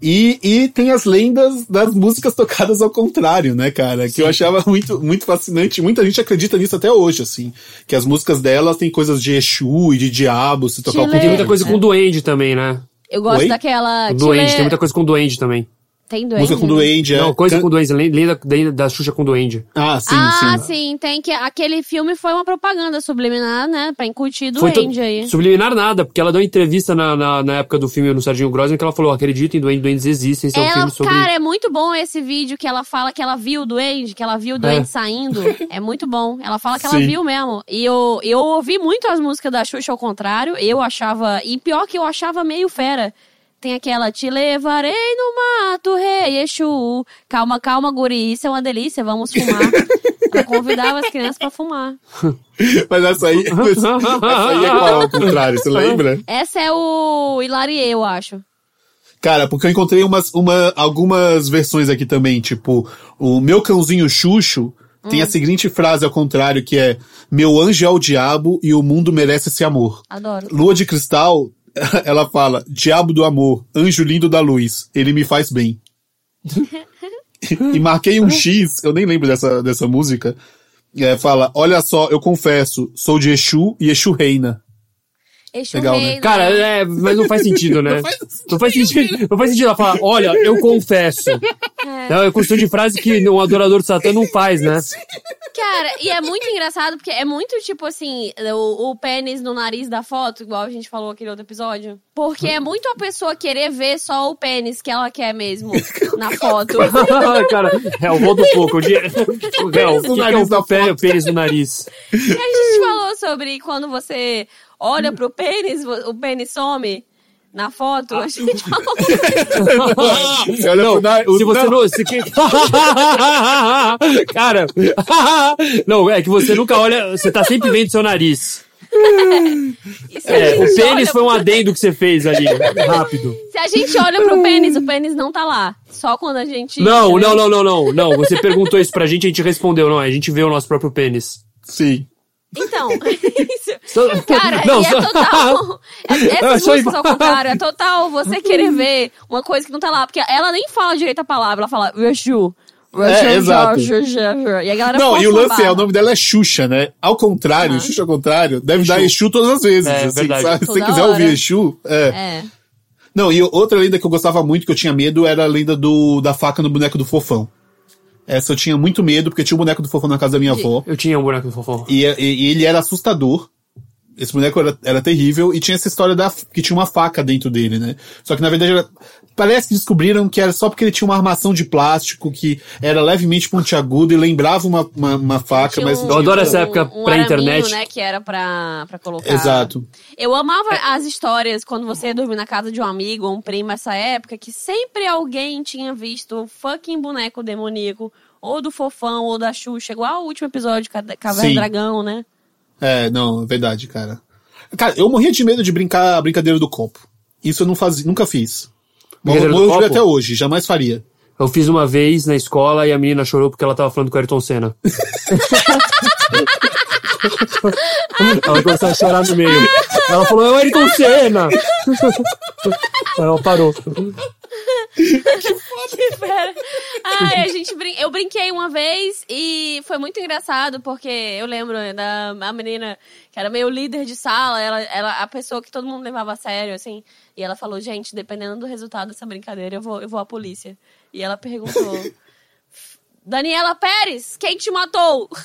E, e tem as lendas das músicas tocadas ao contrário, né, cara? Que eu achava muito, muito fascinante. Muita gente acredita nisso até hoje, assim. Que as músicas delas têm coisas de Exu e de Diabo, se tocar ao
Chile-
Tem
contrário.
muita coisa com duende também, né?
Eu gosto
Oi?
daquela.
Com
Te
Duende,
lê-
tem muita coisa com duende também.
Tem duende?
Música com duende, é.
Não, coisa
Can-
com duende, lenda da, da Xuxa com duende.
Ah, sim,
ah,
sim.
sim. Tem que. Aquele filme foi uma propaganda subliminar, né? Pra incutir
Foi to-
duende aí.
Subliminar nada, porque ela deu uma entrevista na, na, na época do filme no Serginho Grosman que ela falou: acredita em duende, duendes existem, esse é um
Ela,
filme sobre.
Cara, é muito bom esse vídeo que ela fala que ela viu o duende, que ela viu o duende
É.
saindo. É muito bom. Ela fala que ela
Sim.
viu mesmo. E eu, eu ouvi muito as músicas da Xuxa ao contrário. Eu achava. E pior que eu achava meio fera. Tem aquela Te levarei no mato, rei Exu. Calma, calma, guri. Isso é uma delícia, vamos fumar. Ela convidava as crianças pra fumar.
Mas essa aí, essa aí é qual ao contrário, você lembra?
Essa é o Hilarie, eu acho.
Cara, porque eu encontrei umas, uma, algumas versões aqui também, tipo, o meu cãozinho Xuxo tem a seguinte frase ao contrário, que é Meu anjo é o diabo e o mundo merece esse amor.
Adoro.
Lua de cristal, ela fala, diabo do amor, anjo lindo da luz, ele me faz bem. e marquei um X, eu nem lembro dessa, dessa música. É, fala, olha só, eu confesso, sou de Exu e Exu reina.
Exu
Legal, né?
Rei, né?
Cara, é, mas não faz sentido, né?
Não faz
Não faz sentido. Não faz sentido ela falar, olha, eu confesso. É uma construção de frase que um adorador de Satã não faz, né?
Cara, e é muito engraçado porque é muito tipo assim, o, o pênis no nariz da foto, igual a gente falou aquele outro episódio. Porque é muito a pessoa querer ver só o pênis que ela quer mesmo na foto.
cara, é, eu volto um pouco. O dia- o réu, o que, que é
nariz da
o pé, o pênis no nariz?
E a gente falou sobre quando você olha pro pênis, vo- o pênis some na foto. A
Ah.
gente falou.
Você olha pro na- o-
Se você não. se que- cara, não, é que você nunca olha. Você tá sempre vendo seu nariz.
E se a
É, o
gente
pênis
olha-
foi um adendo que você fez ali, rápido.
Se a gente olha pro pênis, o pênis não tá lá. Só quando a gente.
né?
Não,
entendeu?
não, não, não, não, não. Você perguntou isso pra gente, a gente respondeu, não. A gente vê o nosso próprio pênis.
Sim.
Então, isso.
Só-
Cara,
Não,
e é
só-
total. É,
Eu
essas
achei-
músicas ao contrário, é total você querer ver uma coisa que não tá lá. Porque ela nem fala direito a palavra, ela fala Reju.
É, exato.
E a galera
Não,
ficou
e o lance é,
afobada.
o nome dela é Xuxa, né? Ao contrário, Xuxa ao contrário, deve dar Exu todas as vezes.
É,
assim,
verdade.
sabe? Se você
Toda
quiser
hora.
ouvir Exu, é.
É.
Não, e outra lenda que eu gostava muito, que eu tinha medo, era a lenda do, da faca no boneco do fofão. Essa eu tinha muito medo, porque tinha um boneco do fofão na casa da minha avó.
Eu tinha um boneco do fofão.
E, e- e ele era assustador. Esse boneco era, era terrível e tinha essa história da que tinha uma faca dentro dele, né? Só que na verdade era- parece que descobriram que era só porque ele tinha uma armação de plástico que era levemente pontiaguda e lembrava uma, uma, uma faca,
Tinha
mas
um-
não
Eu adoro
tinha-
essa época
um, um
pra
araminho,
internet.
né, que era pra, pra colocar.
Exato.
Eu amava as histórias quando você ia dormir na casa de um amigo ou um primo essa época, que sempre alguém tinha visto o fucking boneco demoníaco, ou do Fofão, ou da Xuxa, igual o último episódio de Ca- Caverna
Sim.
do Dragão, né?
É, não, é verdade, cara. Cara, eu morria de medo de brincar a brincadeira do copo. Isso eu não fazia, nunca fiz.
Brincadeira do
Morro de medo
copo?
até hoje, jamais faria.
Eu fiz uma vez na escola e a menina chorou porque ela tava falando com o Ayrton Senna. ela começou a chorar no meio. Ela falou, é o Ayrton Senna! Aí ela parou.
Pera. Ai, a gente brin... Eu brinquei uma vez e foi muito engraçado, porque eu lembro né, da a menina que era meio líder de sala, ela, ela, a pessoa que todo mundo levava a sério, assim, e ela falou, gente, dependendo do resultado dessa brincadeira, eu vou, eu vou à polícia. E ela perguntou. Daniela Pérez, quem te matou?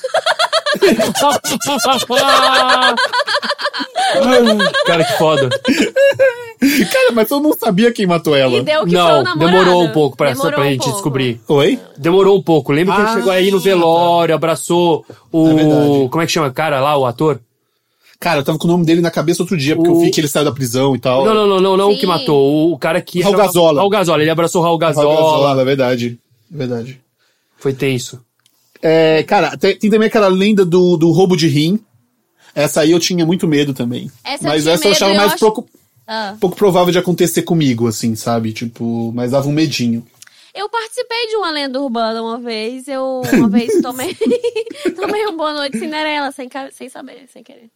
Cara, que foda.
Cara, mas todo mundo sabia quem matou ela.
E deu que foi É o
Não,
namorado.
demorou um pouco pra,
Demorou
pra
um
gente
pouco.
descobrir.
Oi?
Demorou um pouco. Lembra que
Ah,
ele chegou aí no
tá.
velório, abraçou
É verdade.
o... como é que chama o cara lá, o ator?
Cara, eu tava com o nome dele na cabeça outro dia, porque eu
O-
vi que ele saiu da prisão e tal.
Não, não, não, não, não o que
Sim.
matou. O, o cara que...
Raul
era-
Gazola.
Raul Gazola. Ele abraçou o Raul
Raul
Gazola.
é verdade. É verdade.
Foi tenso.
É, cara, te- tem, também aquela lenda do, do roubo de rim. Essa aí eu tinha muito medo também.
Essa eu
mas
tinha
essa eu
medo,
achava
eu
mais
acho-
pouco,
Ah.
pouco provável de acontecer comigo, assim, sabe? Tipo, mas dava um medinho.
Eu participei de uma lenda urbana uma vez. Eu uma vez tomei, tomei um boa noite Cinderela, sem, ca- sem saber, sem querer.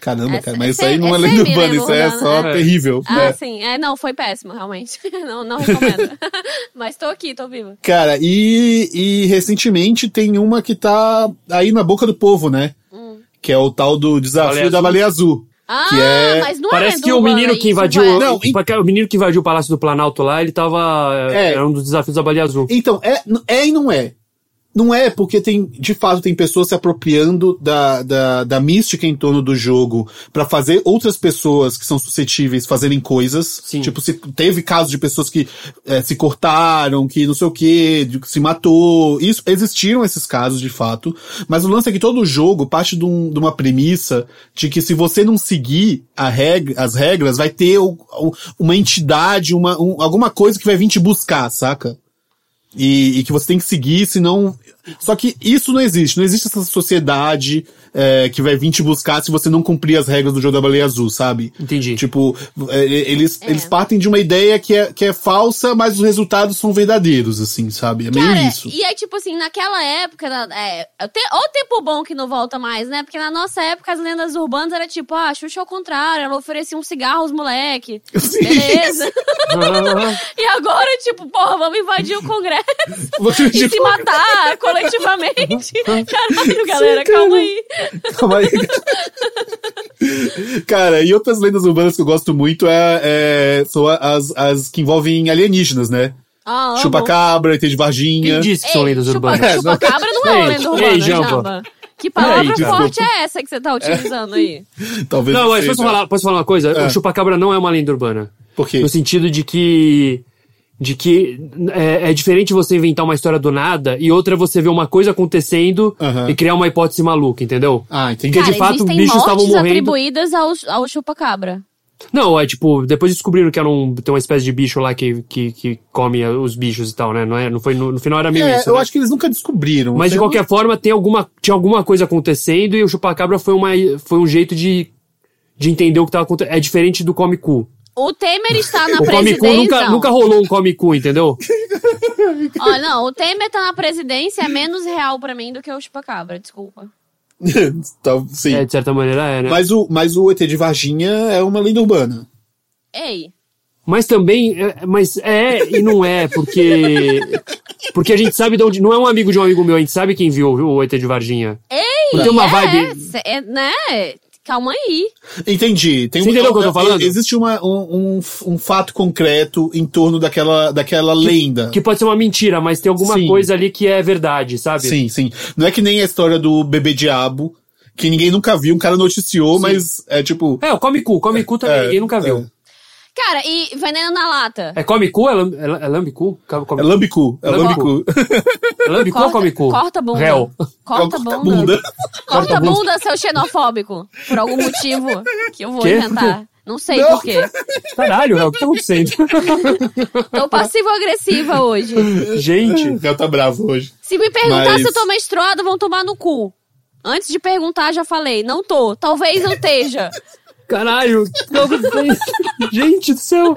Caramba,
Essa-
cara, mas isso
essa-
aí não é
essa é
lenda
minha
urbana,
lenda
isso aí é
urbana,
só
né?
terrível.
Ah,
É.
sim. É, não, foi péssimo, realmente. Não, não recomendo. Mas tô aqui, tô viva.
Cara, e, e recentemente tem uma que tá aí na boca do povo, né?
Hum.
Que é o tal do desafio
Baleia
da
Azul.
baleia azul.
Ah,
Que é-
mas não é
Parece
lenda
que o
urbana
menino
isso,
que invadiu.
vai.
Não, e-
O menino que invadiu o Palácio do Planalto lá, ele tava.
É.
Era um dos desafios da Baleia Azul.
Então, é, n- é e não é. Não é, porque tem, de fato, tem pessoas se apropriando da, da, da mística em torno do jogo pra fazer outras pessoas que são suscetíveis fazerem coisas.
Sim.
Tipo, se, teve casos de pessoas que eh, se cortaram, que não sei o quê, de que se matou. Isso, existiram esses casos, de fato. Mas o lance é que todo jogo parte de, um- de uma premissa de que se você não seguir a regra, as regras, vai ter o- o- uma entidade, uma, um- alguma coisa que vai vir te buscar, saca? e, e que você tem que seguir, senão. Só que isso não existe. Não existe essa sociedade é, que vai vir te buscar se você não cumprir as regras do jogo da baleia azul, sabe?
Entendi.
Tipo, é, e- eles, eles partem de uma ideia que é, que é falsa, mas os resultados são verdadeiros, assim, sabe? É meio
Cara,
isso.
e é tipo assim, naquela época, na- é, é o te- ou tempo bom que não volta mais, né? Porque na nossa época as lendas urbanas era tipo, ah, a Xuxa ao contrário, ela oferecia um cigarro aos moleque.
Sim.
Beleza.
Ah,
E agora, tipo, porra, vamos invadir o Congresso
Você,
e se
tipo,
matar coletivamente. Caralho, galera, calma aí.
calma aí. Cara, e outras lendas urbanas que eu gosto muito é, é- são as, as que envolvem alienígenas, né?
Ah, amo.
Chupa-cabra, ET de Varginha.
Quem disse que são
Ei,
lendas
chupa-
urbanas?
Chupa-cabra não é uma
Ei,
lenda urbana,
ei,
Jamba.
Jamba.
Que palavra
Ei, Jamba.
forte é essa que você tá utilizando aí?
Talvez
Não, mas
seja.
posso falar, posso falar uma coisa? O chupacabra não é uma lenda urbana.
Por quê?
No sentido de que. De que é, é diferente você inventar uma história do nada e outra é você ver uma coisa acontecendo
Aham.
e criar uma hipótese maluca, entendeu?
Ah, entendi.
Porque de
Cara,
fato,
existem
bichos
mortes
estavam morrendo.
atribuídas ao, ao chupa-cabra.
Não, é tipo, depois descobriram que era um, tem uma espécie de bicho lá que, que, que come os bichos e tal, né? Não, é, não foi, no, no final era meio
É,
isso.
eu
né?
acho que eles nunca descobriram.
Mas de
Então,
qualquer forma, tem alguma, tinha alguma coisa acontecendo e o chupacabra foi, uma, foi um jeito de, de entender o que tava acontecendo. É diferente do Come Cu.
O Temer está na
O Come Cu
presidência.
nunca, nunca rolou um Come Cu, entendeu?
Ó, não, o Temer tá na presidência é menos real pra mim do que o chupa-cabra, desculpa.
tal- Então, sim.
É, de certa maneira é, né? Mas,
Mas, o, mas o ET de Varginha é uma lenda urbana.
Ei.
também, é, mas é e não é, porque... Porque a gente sabe de onde... Não é um amigo de um amigo meu, a gente sabe quem viu o ET de Varginha.
Ei!
Não tem uma
é,
vibe-
cê- é, né? Calma aí.
Entendi. Tem um- é,
Você entendeu o que eu tô falando?
Existe uma, um, um, um fato concreto em torno daquela, daquela lenda.
Que pode ser uma mentira, mas tem alguma
Sim.
coisa ali que é verdade, sabe?
Sim, sim. Não é que nem a história do bebê diabo, que ninguém nunca viu, um cara noticiou, mas é tipo.
É, o Come Cu. Come Cu também,
É,
ninguém nunca viu.
Cara, e Veneno na Lata?
É, Come Cu? É, lam, é, lam- é Lambicu? Come,
É lambicu, é lambicu.
é Lambicu ou Come Cu?
corta a bunda.
Réu.
Corta a
Tá
bunda. Corta a bunda, seu xenofóbico. Por algum motivo que eu vou
Quê?
inventar. Não sei
Não.
por quê.
Caralho, Réu, o que tá acontecendo?
Tô passivo-agressiva hoje.
Gente,
O cara tá bravo hoje.
Se me perguntar
Mas-
se eu tô menstruada, vão tomar no cu. Antes de perguntar, já falei. Não tô. Talvez eu esteja.
caralho, o que tá acontecendo? Gente do céu.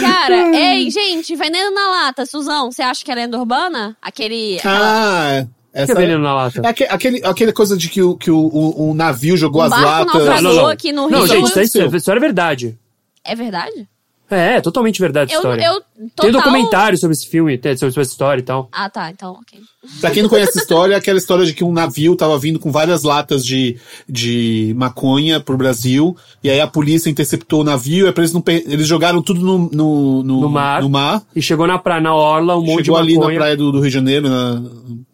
Cara, ei, gente, veneno na lata. Suzão, você acha que é lenda urbana? Aquele... aquela-
Ah,
O que é
essa.
veneno na lata?
É aque- aquele, aquele coisa de que o, que o, o- o navio jogou
Um
as
barco
latas.
naufragou.
Não, não, não.
aqui no
Não,
Rio.
gente, isso, é- isso, é-
Aconteceu.
isso era verdade.
É verdade?
É, é totalmente verdade essa
Eu,
história.
eu total...
Tem documentário sobre esse filme, tem- sobre essa história e tal.
Ah, tá. Então, ok.
Pra quem não conhece a história, é aquela história de que um navio tava vindo com várias latas de, de maconha pro Brasil, e aí a polícia interceptou o navio, é pra eles não pe- eles jogaram tudo no, no, no,
No mar. E chegou na praia, na orla, um monte de
chegou ali
maconha.
na praia do, do Rio de Janeiro, na,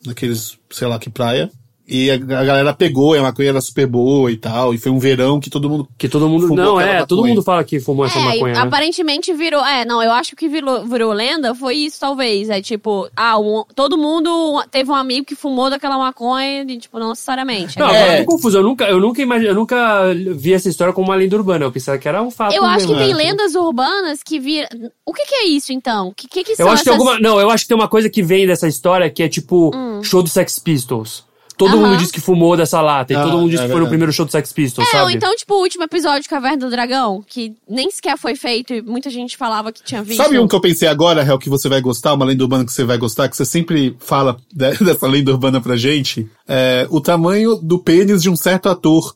naqueles, sei lá que praia, e a, a galera pegou, e a maconha era super boa e tal, e foi um verão que todo mundo...
Que todo mundo.
Fumou
não,
aquela
é,
maconha.
todo mundo fala que fumou essa
É, e
maconha. né?
aparentemente virou. É, não, eu acho que virou, virou lenda foi isso, talvez. É tipo, ah, um- todo mundo teve um amigo que fumou daquela maconha e, tipo, não necessariamente.
Não,
É.
agora eu tô confuso. Eu nunca, eu, nunca imagi- eu nunca vi essa história como uma lenda urbana. Eu pensava que era um fato.
Eu acho que
mesmo.
tem
né?
lendas urbanas que viram. O que, que é isso, então? O que, que, que são
Eu acho que
essas... Hum.
alguma. Não, eu acho que tem uma coisa que vem dessa história que é tipo show do Sex Pistols. Todo
Aham.
mundo diz que fumou dessa lata. e
Ah,
todo mundo diz
é
que foi no
verdade.
primeiro show do Sex Pistols,
É,
sabe?
ou então, tipo, o último episódio de Caverna do Dragão, que nem sequer foi feito e muita gente falava que tinha visto.
Sabe um que eu pensei agora, Hel, que você vai gostar, uma lenda urbana que você vai gostar, que você sempre fala de- dessa lenda urbana pra gente? É o tamanho do pênis de um certo ator.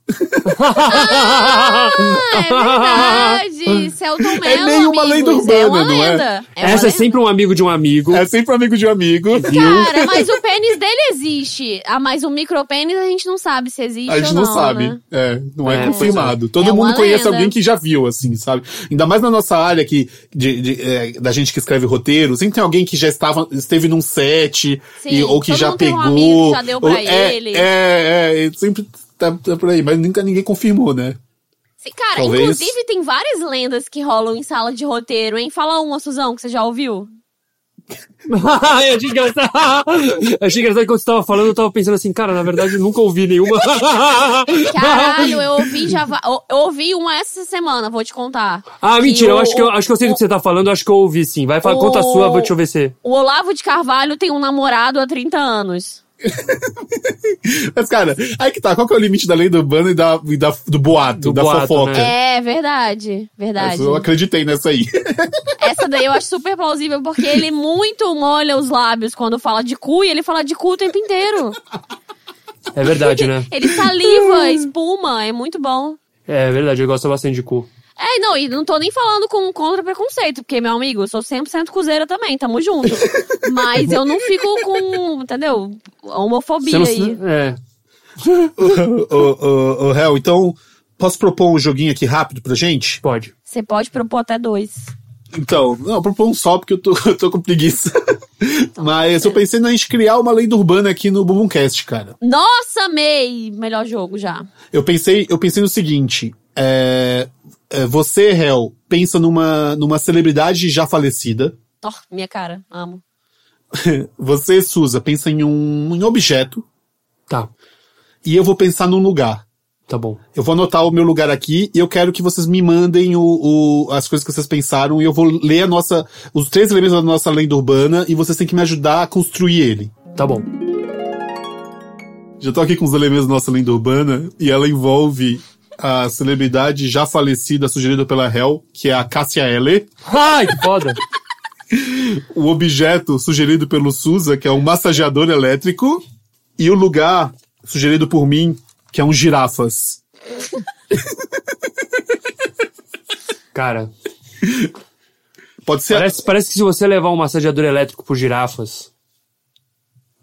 Ah, é verdade! Celton Mello,
É nem uma
amigos,
lenda
é
urbana,
uma
não é?
lenda. É uma
Essa é
lenda.
sempre um amigo de um amigo.
É sempre amigo de um amigo.
Cara, mas o pênis dele existe. Ah, mas o micropênis a gente não sabe se existe
A gente
ou
não,
não,
sabe.
né?
É, não é,
É,
confirmado. Todo
É uma
mundo conhece
lenda.
alguém que já viu, assim, sabe? Ainda mais na nossa área que, de, de, é, da gente que escreve roteiro, sempre tem alguém que já estava, esteve num set,
Sim,
e, ou que
todo
já
mundo tem um
pegou.
amigo que já deu pra
ou- é,
ele.
É, é, sempre tá, tá por aí, mas nunca ninguém confirmou, né?
Sim, Cara,
Talvez.
inclusive tem várias lendas que rolam em sala de roteiro, hein? Fala uma, Suzão, que você já ouviu.
eu achei engraçado. achei engraçado quando você tava falando, eu tava pensando assim, cara, na verdade eu nunca ouvi nenhuma.
Caralho, eu ouvi já. va- Eu, eu ouvi uma essa semana, vou te contar.
Ah,
Que
mentira, eu
o-
acho que eu, acho que eu sei do que você tá falando, eu acho que eu ouvi sim. Vai, fala, conta a sua,
O-
vou- deixa eu ver se.
O Olavo de Carvalho tem um namorado há 30 anos.
Mas, cara, aí que tá, qual que é o limite da lenda urbana e da, e da- do boato,
Do
da
boato,
fofoca?
né?
É, verdade, verdade.
Essa Eu acreditei nessa aí.
Essa daí eu acho super plausível, porque ele muito molha os lábios quando fala de cu e ele fala de cu o tempo inteiro.
É verdade, né?
Ele saliva, espuma, é muito bom.
É verdade, eu gosto bastante de cu.
É, não, e não tô nem falando com contra preconceito, porque, meu amigo, eu sou 100% cuzeira também, tamo junto. Mas eu não fico com, entendeu, homofobia
não
aí.
É.
ô, ô, ô, Hel, então, posso propor um joguinho aqui rápido pra gente?
Pode.
Você pode propor até dois.
Então, não, eu propor um só, porque eu tô, eu tô com preguiça. Mas eu pensei na gente criar uma lenda urbana aqui no Bumbumcast, cara.
Nossa, May! Melhor jogo já.
Eu pensei, eu pensei no seguinte: é, é, você, Hel, pensa numa, numa celebridade já falecida.
Ó, minha cara, amo.
Você, Suza, pensa em um em um objeto.
Tá,
E eu vou pensar num lugar.
tá bom.
Eu vou anotar o meu lugar aqui e eu quero que vocês me mandem o, o- as coisas que vocês pensaram e eu vou ler a nossa, os três elementos da nossa lenda urbana e vocês têm que me ajudar a construir ele.
Tá bom.
Já tô aqui com os elementos da nossa lenda urbana e ela envolve a celebridade já falecida sugerida pela Hell, que é a Cássia Heller,
Ai, que foda.
o objeto sugerido pelo Suza, que é um massageador elétrico, e o lugar sugerido por mim, que é um girafas.
Cara,
Pode ser.
parece, parece que se você levar um massageador elétrico por girafas.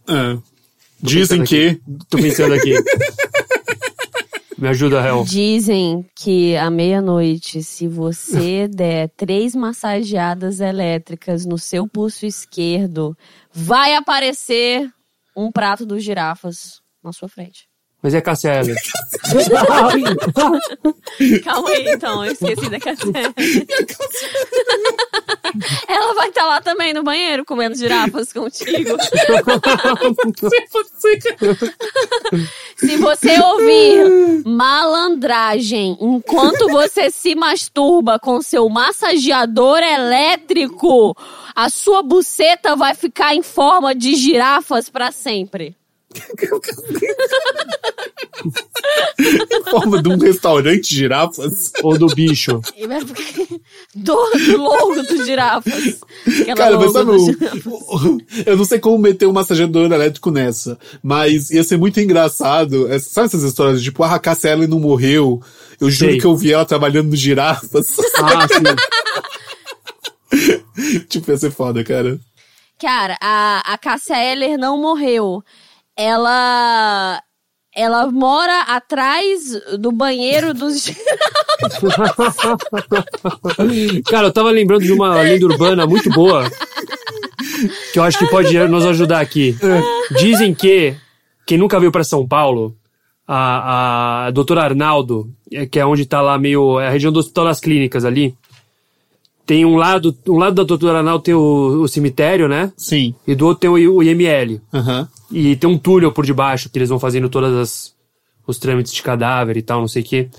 É. Dizem
pensando
que
Tô pensando aqui. Me ajuda, Hel.
Dizem que à meia-noite, se você der três massageadas elétricas no seu pulso esquerdo, vai aparecer um prato dos girafas na sua frente.
Mas é Cassia Eller.
Calma aí, então. Eu esqueci da Cassiane. Ela vai estar lá também no banheiro comendo girafas contigo. Se você ouvir malandragem enquanto você se masturba com seu massageador elétrico, a sua buceta vai ficar em forma de girafas pra sempre.
Em forma de um restaurante de girafas.
Ou do bicho.
E vai ficar do, do longo dos girafas. Aquela
Cara, mas
logo
sabe,
dos
o-
girafas.
eu não sei como meter um massageador elétrico nessa, mas ia ser muito engraçado. É, Sabe essas histórias de tipo, ah, a Cassia Eller não morreu? Eu juro
Sei.
que eu vi ela trabalhando no girafas. Assim,
Ah, sim.
tipo, ia ser foda, cara.
Cara, a, a Cássia Eller não morreu. Ela. Ela mora atrás do banheiro dos.
Cara, eu tava lembrando de uma lenda urbana muito boa. Que eu acho que pode nos ajudar aqui. Dizem que quem nunca veio pra São Paulo, a, a doutora Arnaldo, eh, que é onde tá lá meio. É a região do Hospital das Clínicas ali. Tem um lado, um lado da doutora Arnaldo tem o, o cemitério, né?
Sim.
E do outro tem o, o IML.
Aham.
E tem um túnel por debaixo que eles vão fazendo todas as os trâmites de cadáver e tal, não sei o quê.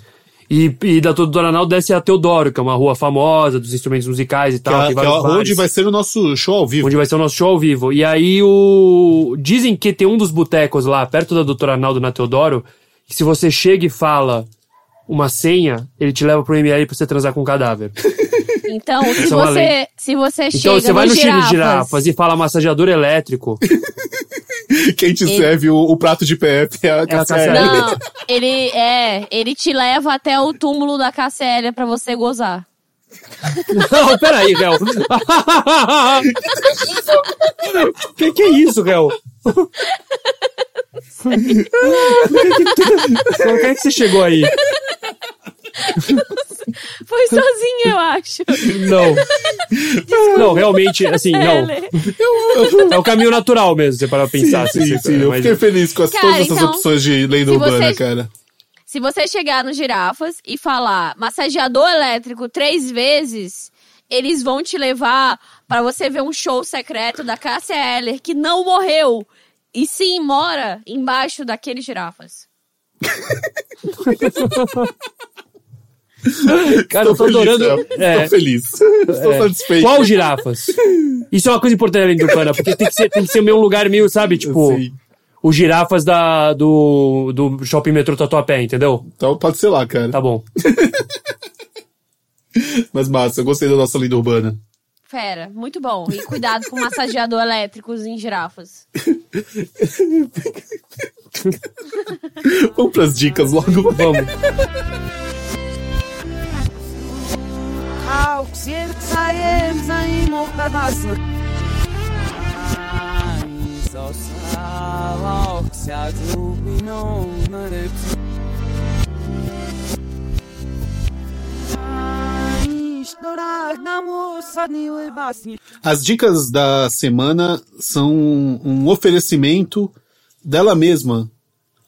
E, e da Todo Doranal desce a Teodoro, que é uma rua famosa dos instrumentos musicais e
Que
tal.
a-
tem
que
vários
a- onde
bares,
vai ser o nosso show ao vivo.
onde vai ser o nosso show ao vivo. E aí o. Dizem que tem um dos botecos lá, perto da Doutora Arnaldo na Teodoro, que se você chega e fala uma senha, ele te leva pro ML pra você transar com um cadáver.
Então, se
Isso é uma
você,
lei.
se você chega
então você vai no
nos
Chile de
girafas,
Girafas e fala massageador elétrico.
Quem te serve o, o prato de PF é a Cassia
Cassia
Eller.
Eller.
Não, ele é, ele te leva até o túmulo da Cássia Eller pra você gozar.
Não, peraí, Réu. que que é isso, Réu? Como é que você chegou aí?
Foi sozinha, eu acho.
Não. Não, realmente, assim, não. É o caminho natural mesmo, você para
né?
pensar.
Tá, Sim, sim,
assim,
eu
mas-
fiquei feliz com as-
Cara,
todas essas
então,
opções de lenda
se
urbana,
você-
cara.
Se você chegar nos girafas e falar massageador elétrico três vezes, eles vão te levar pra você ver um show secreto da Cássia Eller, que não morreu. E sim, mora embaixo daqueles girafas.
Cara, eu tô
feliz,
adorando.
Léo.
É,
Tô feliz. Estou satisfeito.
qual girafas? Isso é uma coisa importante além do Pana, porque tem que ser, tem que ser meio um lugar meio, sabe, tipo,
Sim.
os girafas da, do, do shopping metrô Tatuapé, entendeu?
Então pode ser lá, cara.
Tá bom.
Mas massa, eu gostei da nossa lenda urbana.
Fera, muito bom. E cuidado com massageador elétricos em girafas.
Vamos pras dicas logo.
Vamos.
As dicas da semana são um oferecimento dela mesma,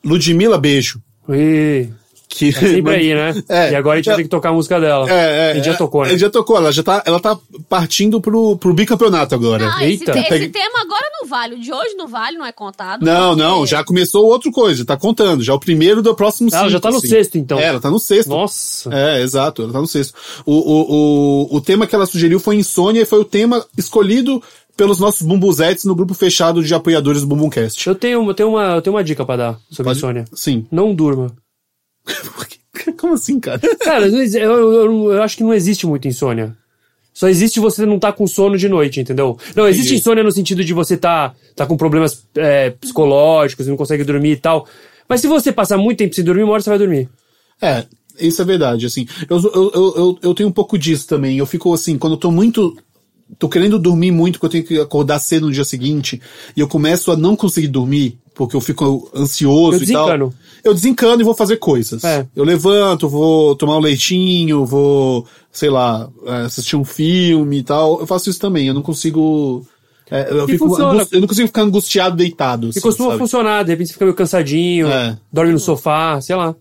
Ludmila Beijo.
Ih,
Que
tá sempre aí, né?
É,
e agora a gente vai
é-
ter que tocar a música dela.
É, é,
a gente já
é,
tocou,
A
né?
gente já tocou, ela já tá, ela tá partindo pro, pro bicampeonato agora.
Ah, esse,
Eita.
te- esse
Pegue-
tema agora não vale. O de hoje não vale, não é contado.
Não,
porque-
não, já começou outra coisa, tá contando, já é o primeiro do próximo
Ah, ela já tá no sexto, então.
É, ela tá no sexto.
Nossa.
É, exato, ela tá no sexto. O, o, o, o tema que ela sugeriu foi insônia e foi o tema escolhido pelos nossos bumbuzetes no grupo fechado de apoiadores do Bumbumcast.
Eu tenho, eu tenho uma, eu tenho uma dica pra dar sobre a Sônia.
Sim.
Não durma.
Por quê? Como assim, cara?
Cara, não exi- eu, eu- eu- eu acho que não existe muito insônia. Só existe você não tá com sono de noite, entendeu? Não, existe
Entendi.
insônia no sentido de você tá, tá com problemas é, psicológicos, não consegue dormir e tal. Mas se você passar muito tempo sem dormir, uma hora você vai dormir.
É, isso é verdade, assim. Eu, eu, eu, eu, eu tenho um pouco disso também. Eu fico assim, quando eu tô muito. tô querendo dormir muito, que eu tenho que acordar cedo no dia seguinte, e eu começo a não conseguir dormir, porque eu fico ansioso
Eu
e tal.
desencano.
Eu desencano e vou fazer coisas.
É.
Eu levanto, vou tomar um leitinho, vou, sei lá, é, assistir um filme e tal. Eu faço isso também, eu não consigo. É, eu,
E
fico
funciona.
angus- eu não consigo ficar angustiado deitado.
E
Assim,
costuma
sabe?
funcionar, de repente você fica meio cansadinho,
É.
dorme no sofá, sei lá.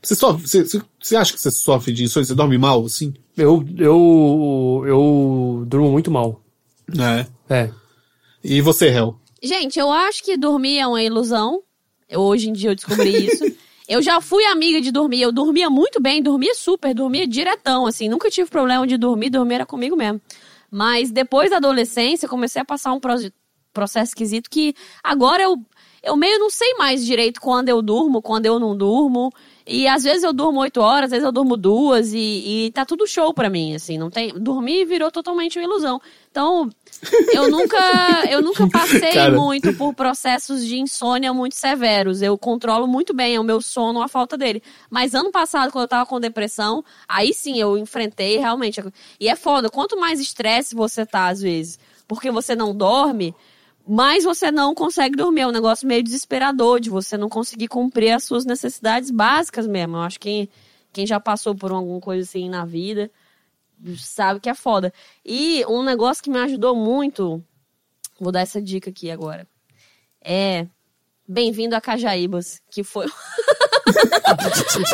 Você, sofre, você, você- você acha que você sofre de insônia? Você dorme mal, assim?
Eu, eu, eu durmo muito mal.
É.
É.
E você, Hel?
Gente, eu acho que dormir é uma ilusão. Eu- hoje em dia eu descobri isso. Eu já fui amiga de dormir. Eu dormia muito bem, dormia super, dormia diretão, assim. Nunca tive problema de dormir, dormir era comigo mesmo. Mas depois da adolescência, eu comecei a passar um pro- processo esquisito que agora eu, eu meio não sei mais direito quando eu durmo, quando eu não durmo. E às vezes eu durmo oito horas, às vezes eu durmo duas e, e tá tudo show pra mim, assim. Não tem, dormir virou totalmente uma ilusão. Então, eu nunca, eu nunca passei
Cara.
muito por processos de insônia muito severos. Eu controlo muito bem o meu sono, a falta dele. Mas ano passado, quando eu tava com depressão, aí sim eu enfrentei realmente. E é foda, quanto mais estresse você tá, às vezes, porque você não dorme, mais você não consegue dormir. É um negócio meio desesperador de você não conseguir cumprir as suas necessidades básicas mesmo. Eu acho que quem já passou por alguma coisa assim na vida sabe que é foda. E um negócio que me ajudou muito, vou dar essa dica aqui agora. É Bem-vindo a Cajaíbas, que foi. um-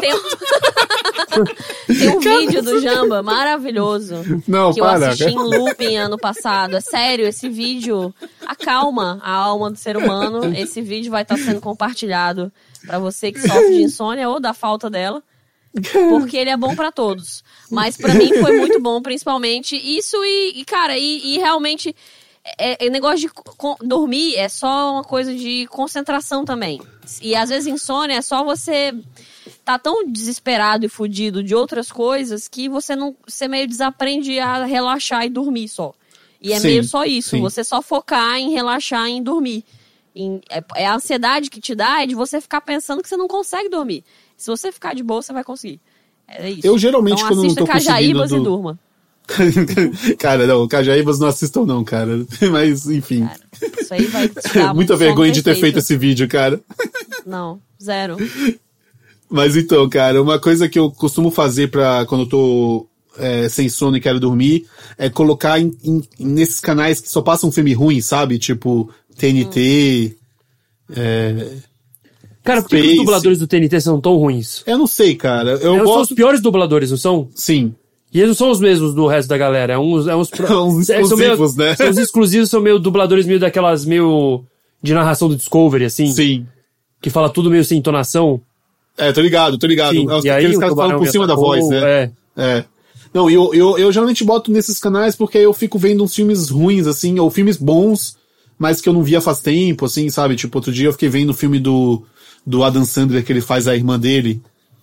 tem um, Tem um vídeo do Jamba maravilhoso
é Não,
que eu
para.
assisti em looping ano passado. É sério, esse vídeo acalma a alma do ser humano. Esse vídeo vai estar sendo compartilhado pra você que sofre de insônia ou da falta dela. Porque ele é bom pra todos. Mas pra mim foi muito bom, principalmente isso e, e, cara, e, e realmente é, é negócio de co- dormir é só uma coisa de concentração também. E às vezes insônia é só você tá tão desesperado e fudido de outras coisas que você não você meio desaprende a relaxar e dormir só. E é
Sim,
meio só isso,
sim.
você só focar em relaxar e em dormir. Em- é, é a ansiedade que te dá é de você ficar pensando que você não consegue dormir. Se você ficar de boa, você vai conseguir. É isso.
Eu geralmente,
então,
quando não
assista
tô
Cajaíbas
conseguindo
e
do-
durma.
cara, não, Cajaíbas não assistam, não, cara. Mas, enfim.
Cara, isso aí vai
tá
te dar um
Muita
sono
vergonha de ter feito
perfeito.
esse vídeo, cara.
Não, zero.
Mas então, cara, uma coisa que eu costumo fazer para quando eu tô é, sem sono e quero dormir é colocar em- em- nesses canais que só passam filme ruim, sabe? Tipo TNT.
Hum.
É,
Cara, por que, que os
Space.
dubladores do TNT são tão ruins?
Eu não sei, cara. Eu
Eles são os
gosto.
piores dubladores, não são?
Sim.
E eles não são os mesmos do resto da galera. É uns, é uns, pro-
É uns
é, são
exclusivos, né?
São os exclusivos, são meio dubladores meio daquelas meio de narração do Discovery, assim.
Sim.
Que fala tudo meio sem entonação.
É, tô ligado, tô ligado.
Sim,
É os-
e aí
Aqueles
o
caras que falam
tubarão
por
me
cima da
atacou,
voz, né? É. Não, eu, eu, eu geralmente boto nesses canais porque eu fico vendo uns filmes ruins, assim, ou filmes bons, mas que eu não via faz tempo, assim, sabe? Tipo, outro dia eu fiquei vendo o filme do, do Adam Sandler que ele faz a irmã dele,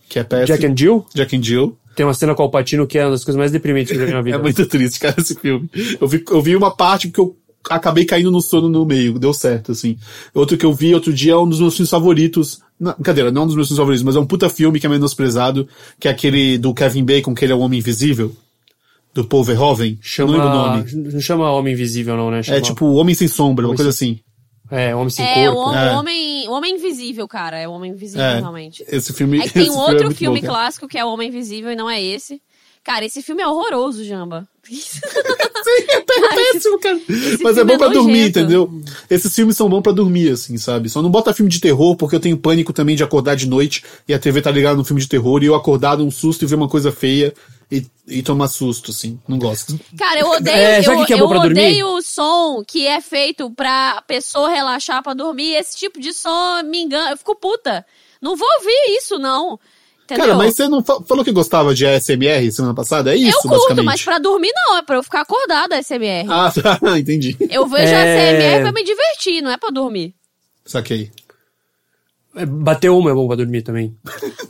que é péssimo.
Jack and Jill.
Jack and Jill.
Tem uma cena com o Alpatino que é uma das coisas mais deprimentes que eu já vi na vida.
É muito triste, cara, esse filme. Eu vi, eu vi uma parte porque eu acabei caindo no sono no meio, deu certo, assim. Outro que eu vi outro dia é um dos meus filmes favoritos. Não, brincadeira, não é um dos meus filmes favoritos, mas é um puta filme que é menosprezado, que é aquele do Kevin Bacon, que ele é o Homem Invisível, do Paul Verhoeven.
Chama...
Não lembro o nome.
Não chama Homem Invisível, não, né? Chama...
É tipo o Homem Sem Sombra, uma
Homem
coisa assim.
É, Homem Sem
É, o,
Corpo.
hom-
É.
o homem, o homem invisível, cara. É o homem invisível,
É,
realmente.
esse filme...
É que tem
esse
um
filme é
outro
muito
filme
bom, cara.
clássico que é O Homem Invisível e não é esse. Cara, esse filme é horroroso, Jamba.
Sim, é pé-
Cara, esse-
péssimo, cara.
esse
Mas é
filme
bom
é
pra dormir,
nojento.
entendeu? Esses filmes são bons pra dormir, assim, sabe? Só não bota filme de terror, porque eu tenho pânico também de acordar de noite e a TV tá ligada no filme de terror e eu acordar num susto e ver uma coisa feia e, e tomar susto, assim. Não gosto.
Cara, eu odeio,
É, sabe o
eu,
que que é bom
eu
pra dormir?
odeio o som que é feito pra pessoa relaxar pra dormir. Esse tipo de som me engana. Eu fico puta. Não vou ouvir isso, É, não. Entendeu?
Cara, mas você não fa- falou que gostava de ASMR semana passada? É isso,
eu curto,
basicamente.
mas pra dormir não. É pra eu ficar acordada, SMR.
Ah, tá, entendi.
Eu vejo a
É.
SMR pra me divertir, não é pra dormir.
Saquei.
É, Bater uma é bom pra dormir também.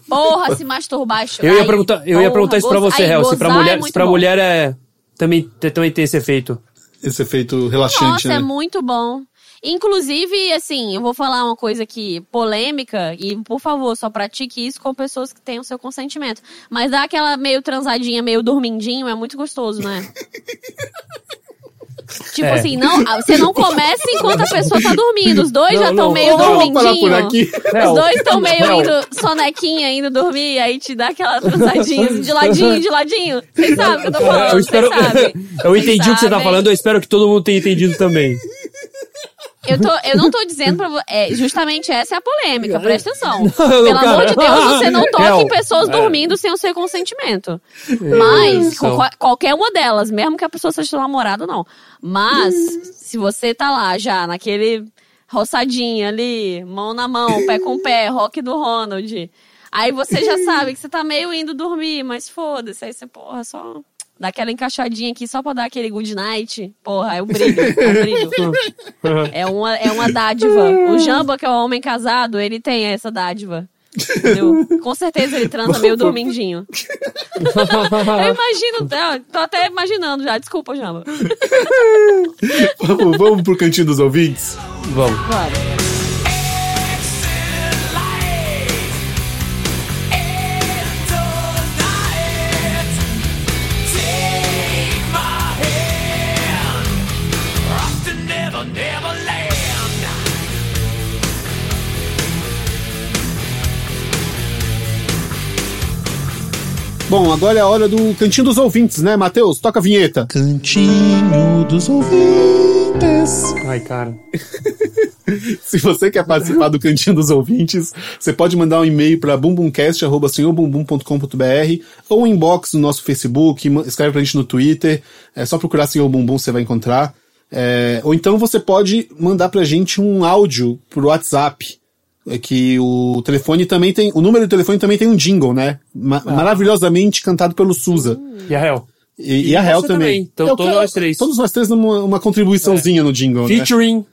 Porra, se masturbar e chorar.
Eu ia
Ai,
perguntar, eu ia
porra,
perguntar isso pra
goza-
você,
Ai,
Hel. Se pra
gozar é
mulher, se
muito
pra
bom.
mulher é. Também, te- também tem esse efeito.
Esse efeito relaxante,
Nossa,
né?
é muito bom. Inclusive, assim, eu vou falar uma coisa aqui polêmica, e por favor, só pratique isso com pessoas que têm o seu consentimento. Mas dá aquela meio transadinha, meio dormindinho, é muito gostoso, né? tipo
É.
assim, não, ah, você não começa enquanto a pessoa tá dormindo. Os dois
Não,
já estão
não,
meio
vamos
Vamos parar por
dormindinho.
aqui.
Hel,
Os dois estão meio
Hel,
indo sonequinha, indo dormir, aí te dá aquela transadinha assim, de ladinho, de ladinho. Vocês sabem o que eu tô falando,
É, Eu, espero,
vocês sabem.
eu entendi o que você tá
Sabem.
falando, eu espero que todo mundo tenha entendido também.
Eu, tô, eu não tô dizendo pra você. É, justamente essa é a polêmica, presta atenção.
Não,
Pelo
cara.
amor de Deus, você não toque
Hell.
em pessoas dormindo sem o seu consentimento. Mas,
Isso.
qual- qualquer uma delas, mesmo que a pessoa seja seu namorado, não. Mas,
Hum.
se você tá lá já naquele roçadinha ali, mão na mão, pé com pé, rock do Ronald. Aí você já sabe que você tá meio indo dormir, mas foda-se. Aí você, porra, só dá aquela encaixadinha aqui só pra dar aquele good night. Porra, é o brilho, é o brilho. É uma, é uma dádiva. O Jamba, que é um homem casado, ele tem essa dádiva. Entendeu? Com certeza ele transa meio dormindinho. Eu imagino, eu tô até imaginando já. Desculpa, Jamba.
vamos, vamos pro cantinho dos ouvintes?
Vamos.
Bom, agora é a hora do cantinho dos ouvintes, né, Matheus? Toca a vinheta.
Cantinho dos ouvintes.
Ai, cara.
Se você quer participar do Cantinho dos Ouvintes, você pode mandar um e-mail para bumbumcast.senhorbumbum.com.br ou um inbox no nosso Facebook, ma- escreve pra gente no Twitter, é só procurar Senhor Bumbum, você vai encontrar. É, ou então você pode mandar pra gente um áudio pro WhatsApp. É que o telefone também tem. O número do telefone também tem um jingle, né? Ma- Maravilhosamente cantado pelo Suza.
E a Hel?
E,
E
e a Hel
você
também.
também. Então,
Eu
todos
quero-
nós três. É.
Todos nós três numa uma contribuiçãozinha no jingle, né?
Featuring.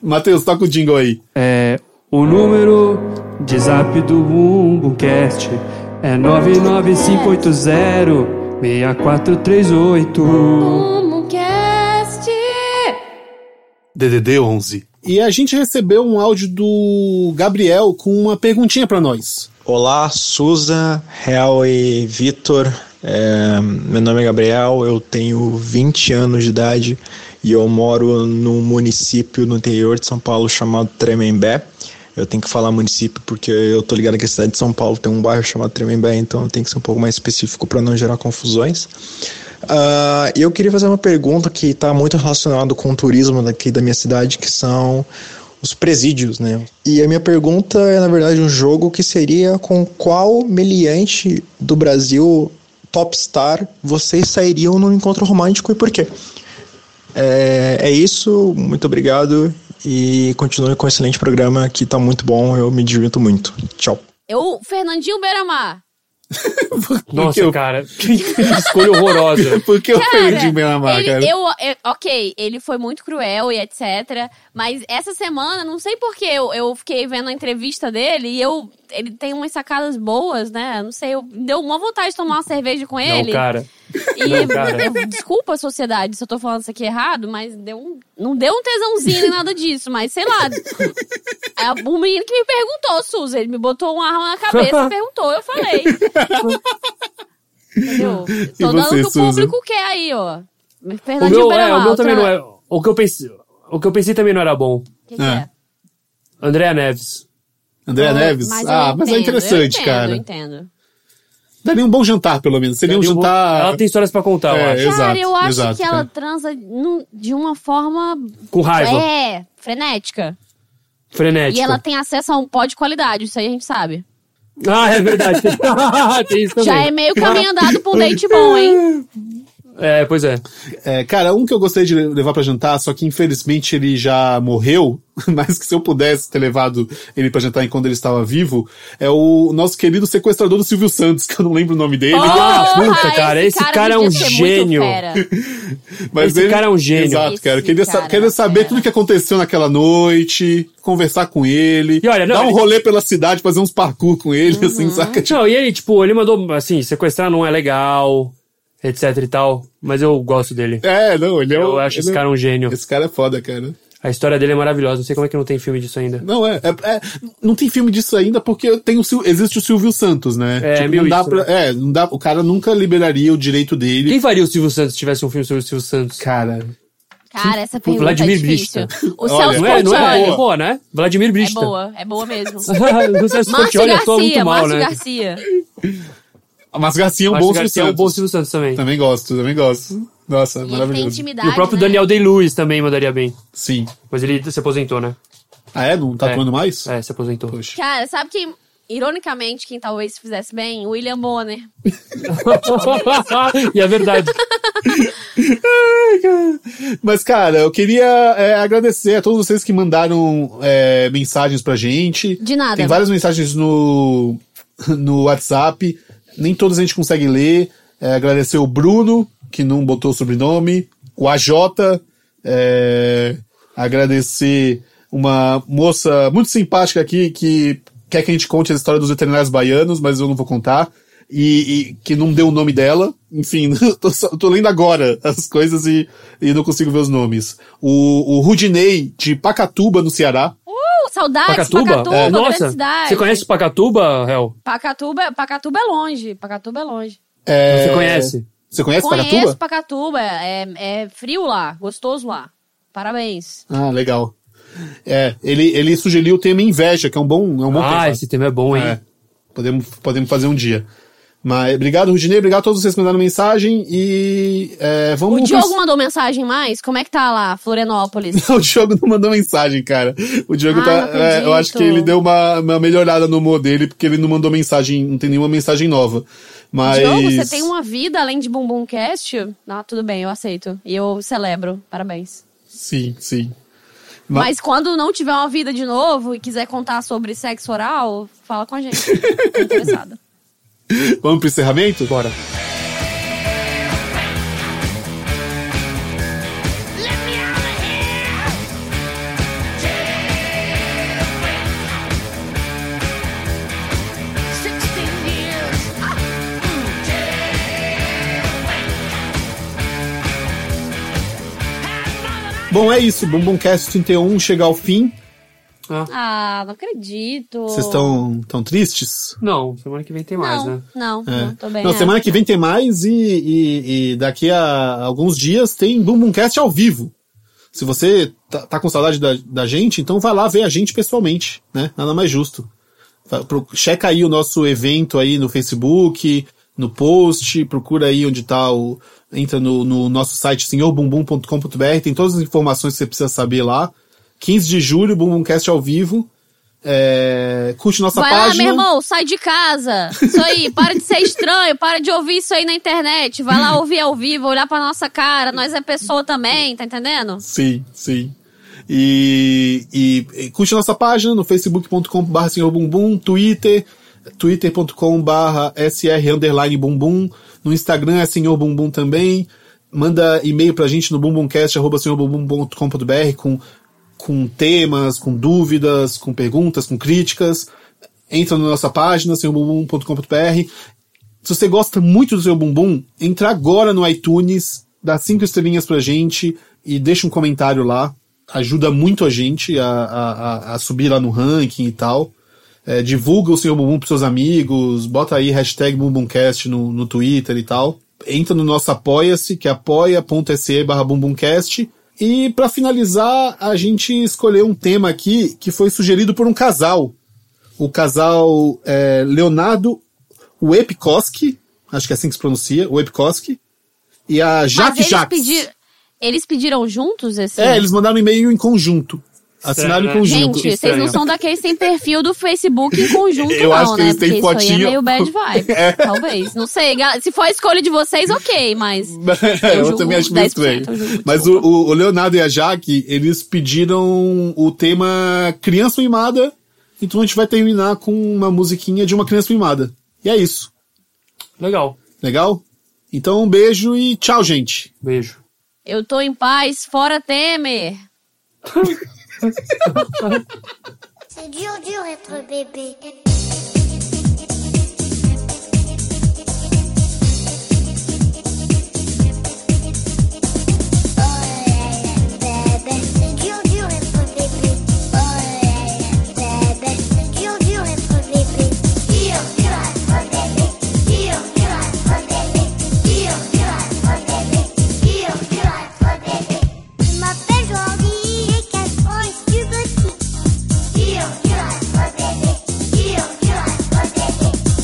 Matheus, toca o jingle aí.
É, o número de zap do Bumbumcast é 99580-6438.
Como cast?
DDD 11. E a gente recebeu um áudio do Gabriel com uma perguntinha pra nós.
Olá, Susan, Real e Vitor. É, meu nome é Gabriel, eu tenho 20 anos de idade e eu moro num município no interior de São Paulo chamado Tremembé. Eu tenho que falar município porque eu tô ligado que a cidade de São Paulo tem um bairro chamado Tremembé, então eu tenho que ser um pouco mais específico para não gerar confusões. Ah, eu queria fazer uma pergunta que está muito relacionado com o turismo daqui da minha cidade, que são os presídios, né? E a minha pergunta é, na verdade, um jogo que seria com qual meliante do Brasil popstar vocês sairiam num encontro romântico e por quê? É, é isso, muito obrigado e continue com o excelente programa que tá muito bom, eu me divirto muito. Tchau.
Eu, Fernandinho Beiramar.
Nossa,
eu-
cara. Que escolha horrorosa.
Por que eu
Cara,
perdi bem na
ele-
marca?
eu, eu- ok, ele foi muito cruel e etc. Mas essa semana, não sei porquê, eu, eu fiquei vendo a entrevista dele e eu. Ele tem umas sacadas boas, né? Não sei, eu, deu uma vontade de tomar uma cerveja com
Não,
ele.
cara.
E
Não, cara.
eu- desculpa, sociedade, se eu tô falando isso aqui errado, mas deu um- não deu um tesãozinho nem nada disso, mas sei lá. É, o menino que me perguntou, Suzy, ele me botou uma arma na cabeça, perguntou, eu falei. Entendeu? Tô dando
você,
o que o
Suzy?
público quer aí, ó.
O
Fernandinho
meu, é,
Beramar,
o meu também não
outra-
é. O que eu pensei, o que eu pensei também não era bom.
Quem
Ah,
que é?
Andréa Neves.
André Neves?
Mas eu
ah, mas é
entendo,
interessante,
eu entendo,
cara.
Eu entendo.
Daria um bom jantar, pelo menos. Seria um
Eu vou-
jantar.
Ela tem histórias pra contar, eu
É,
acho.
Exato,
cara, eu acho
exato,
que ela
cara.
transa num- de uma forma.
Com raiva.
É, frenética. É,
Frenética.
E ela tem acesso a um pó de qualidade, isso aí a gente sabe.
Ah, é verdade. tem isso também.
Já é meio caminho andado pra um date bom, hein?
É, pois é.
É, cara, um que eu gostaria de levar pra jantar, só que infelizmente ele já morreu, mas que se eu pudesse ter levado ele pra jantar enquanto ele estava vivo, é o nosso querido sequestrador do Silvio Santos, que eu não lembro o nome dele.
Oh! Ah, puta, cara, esse cara é um
devia ser muito
gênio.
fera.
Mas
Esse cara é um gênio.
Exato, cara.
Esse
Queria, sa-
cara
queria saber
é.
tudo que aconteceu naquela noite, conversar com ele,
E olha, não,
dar um
ele-
rolê pela cidade, fazer uns parkour com ele, assim,
Uhum.
saca? Tipo,
Não, e aí, tipo, ele mandou, assim, sequestrar não é legal, etc e tal, mas eu gosto dele.
É, não, ele é
Eu
um-
acho
ele
esse
é-
cara um gênio.
Esse cara é foda, cara.
A história dele é maravilhosa, não sei como é que não tem filme disso ainda.
Não, é, é- é- Não tem filme disso ainda porque tem o Sil- existe o Silvio Santos, né?
É, meio
não dá
isso,
pra, É, não dá, o cara nunca liberaria o direito dele.
Quem faria o Silvio Santos se tivesse um filme sobre o Silvio Santos?
Cara,
Cara, essa pergunta
Vladimir
é difícil. O
Olha,
Celso
Não é, não é?
Portiolli.
É boa, né? Vladimir
É
Brista.
boa, é boa mesmo.
o Celso
Márcio
Portiolli atua
Garcia,
muito mal,
Márcio
né?
Garcia.
mas Garcia é um
Márcio
bom Silvio
Garcia é um
Santos.
bom Silvio Santos também.
Também gosto, também gosto. Nossa,
E ele tem
maravilhoso.
intimidade.
E o próprio
né?
Daniel Day-Lewis também mandaria bem.
Sim.
Mas ele se aposentou, né?
Ah, é? Não tá
É.
atuando mais?
É, se aposentou.
Poxa.
Cara, sabe quem, ironicamente, quem talvez fizesse bem? William Bonner.
e é verdade.
Mas, cara, eu queria é, agradecer a todos vocês que mandaram é, mensagens pra gente.
De nada.
Tem várias mensagens no, no WhatsApp. Nem todas a gente consegue ler. É, agradecer o Bruno, que não botou o sobrenome. O AJ. é, agradecer uma moça muito simpática aqui que quer que a gente conte a história dos veterinários baianos, mas eu não vou contar. E, e que não deu o nome dela. Enfim, eu tô, só- tô lendo agora as coisas e, e não consigo ver os nomes. O, o Rudinei, de Pacatuba, no Ceará.
Uh, saudades,
Pacatuba?
Pacatuba,
É.
grande
Nossa,
cidade.
você conhece Pacatuba, Hel?
Pacatuba, Pacatuba é longe, Pacatuba é longe.
É,
Você conhece?
Você conhece Pacatuba?
Conheço Pacatuba, é, é frio lá, gostoso lá. Parabéns.
Ah, legal. É, ele, ele sugeriu o tema inveja, que é um bom, é um bom
Ah,
tema.
esse tema é bom, hein?
É, podemos, podemos fazer um dia. Mas obrigado, Rudinei. Obrigado a todos vocês que mandaram mensagem. E é,
O
vamos.
Diogo mandou mensagem mais? Como é que tá lá, Florianópolis?
o Diogo não mandou mensagem, cara. O Diogo
Ah,
tá.
não
é, eu
acredito.
acho que ele deu uma, uma melhorada no humor dele, porque ele não mandou mensagem, não tem nenhuma mensagem nova. Mas.
Diogo, você tem um- uma vida além de Bumbum Cast? Não, tudo bem, eu aceito. E eu celebro, parabéns.
Sim, sim. Mas-
Mas... quando não tiver uma vida de novo e quiser contar sobre sexo oral, fala com a gente. Tô interessada.
Vamos pro encerramento?
Bora.
Bom, é isso. Bumbumcast 31 chega ao fim.
Ah, não acredito.
Vocês estão tão tristes?
Não, semana que vem tem mais,
não,
né?
Não,
É.
não, tô bem.
Não,
é.
semana que vem tem mais e, e- e daqui a alguns dias tem Bumbumcast ao vivo. Se você tá, tá com saudade da, da gente, então vai lá ver a gente pessoalmente, né? Nada mais justo. Fa- pro- Checa aí o nosso evento aí no Facebook, no post, procura aí onde tá o. Entra no, no nosso site senhorbumbum.com.br, tem todas as informações que você precisa saber lá. 15 de julho, Bumbumcast ao vivo. É, curte nossa
Vai lá,
página.
meu irmão, sai de casa. Isso aí, para de ser estranho, para de ouvir isso aí na internet. Vai lá ouvir ao vivo, olhar pra nossa cara. Nós é pessoa também, tá entendendo?
Sim, sim. E, e, e curte nossa página no facebook.com.br senhorbumbum, twitter, twitter.com.br sr underline bumbum, no instagram é senhor bumbum também, manda e-mail pra gente no bumbumcast arroba senhorbumbum.com.br com, com temas, com dúvidas, com perguntas, com críticas, entra na nossa página senhorbumbum.com.br se você gosta muito do seu bumbum, entra agora no iTunes, dá cinco estrelinhas pra gente e deixa um comentário lá. Ajuda muito a gente a, a- a- a subir lá no ranking e tal. É, divulga o seu bumbum pros seus amigos, bota aí hashtag bumbumcast no, no Twitter e tal. Entra no nosso apoia-se, que é apoia.se barra bumbumcast. E pra finalizar, a gente escolheu um tema aqui que foi sugerido por um casal o casal é, Leonardo Wepkoski, acho que é assim que se pronuncia, Wepkoski, e a
Mas
Jaque
eles
Jaques.
pedi- Eles pediram juntos esse.
É, eles mandaram um e-mail em conjunto. Assinaram em
né?
conjunto.
Gente, vocês não
Estranho.
são daqueles que tem perfil do Facebook em conjunto,
Eu
não,
acho que
né?
eles têm
Porque isso aí
fotinho.
é meio bad vibe. Talvez. Não sei. gal- Se for a escolha de vocês, ok, mas.
eu,
julgo
também acho meio
10%,
estranho.
eu julgo,
Mas o, o- o Leonardo e a Jaque, eles pediram o tema Criança Mimada, então a gente vai terminar com uma musiquinha de uma criança mimada. E é isso.
Legal.
Legal? Então, um beijo e tchau, gente.
Beijo.
Eu tô em paz, fora Temer.
C'est dur, dur être bébé. C'est dur, dur être bébé. Oh là là, bébé. C'est dur, dur être bébé. Dur, dur être bébé. Dur, dur être bébé. Dur, dur être bébé. Dur, dur être bébé. Je m'appelle Jordi, j'ai 4 ans et je suis petit. Dur, dur être bébé. Dur, dur être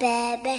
bebê.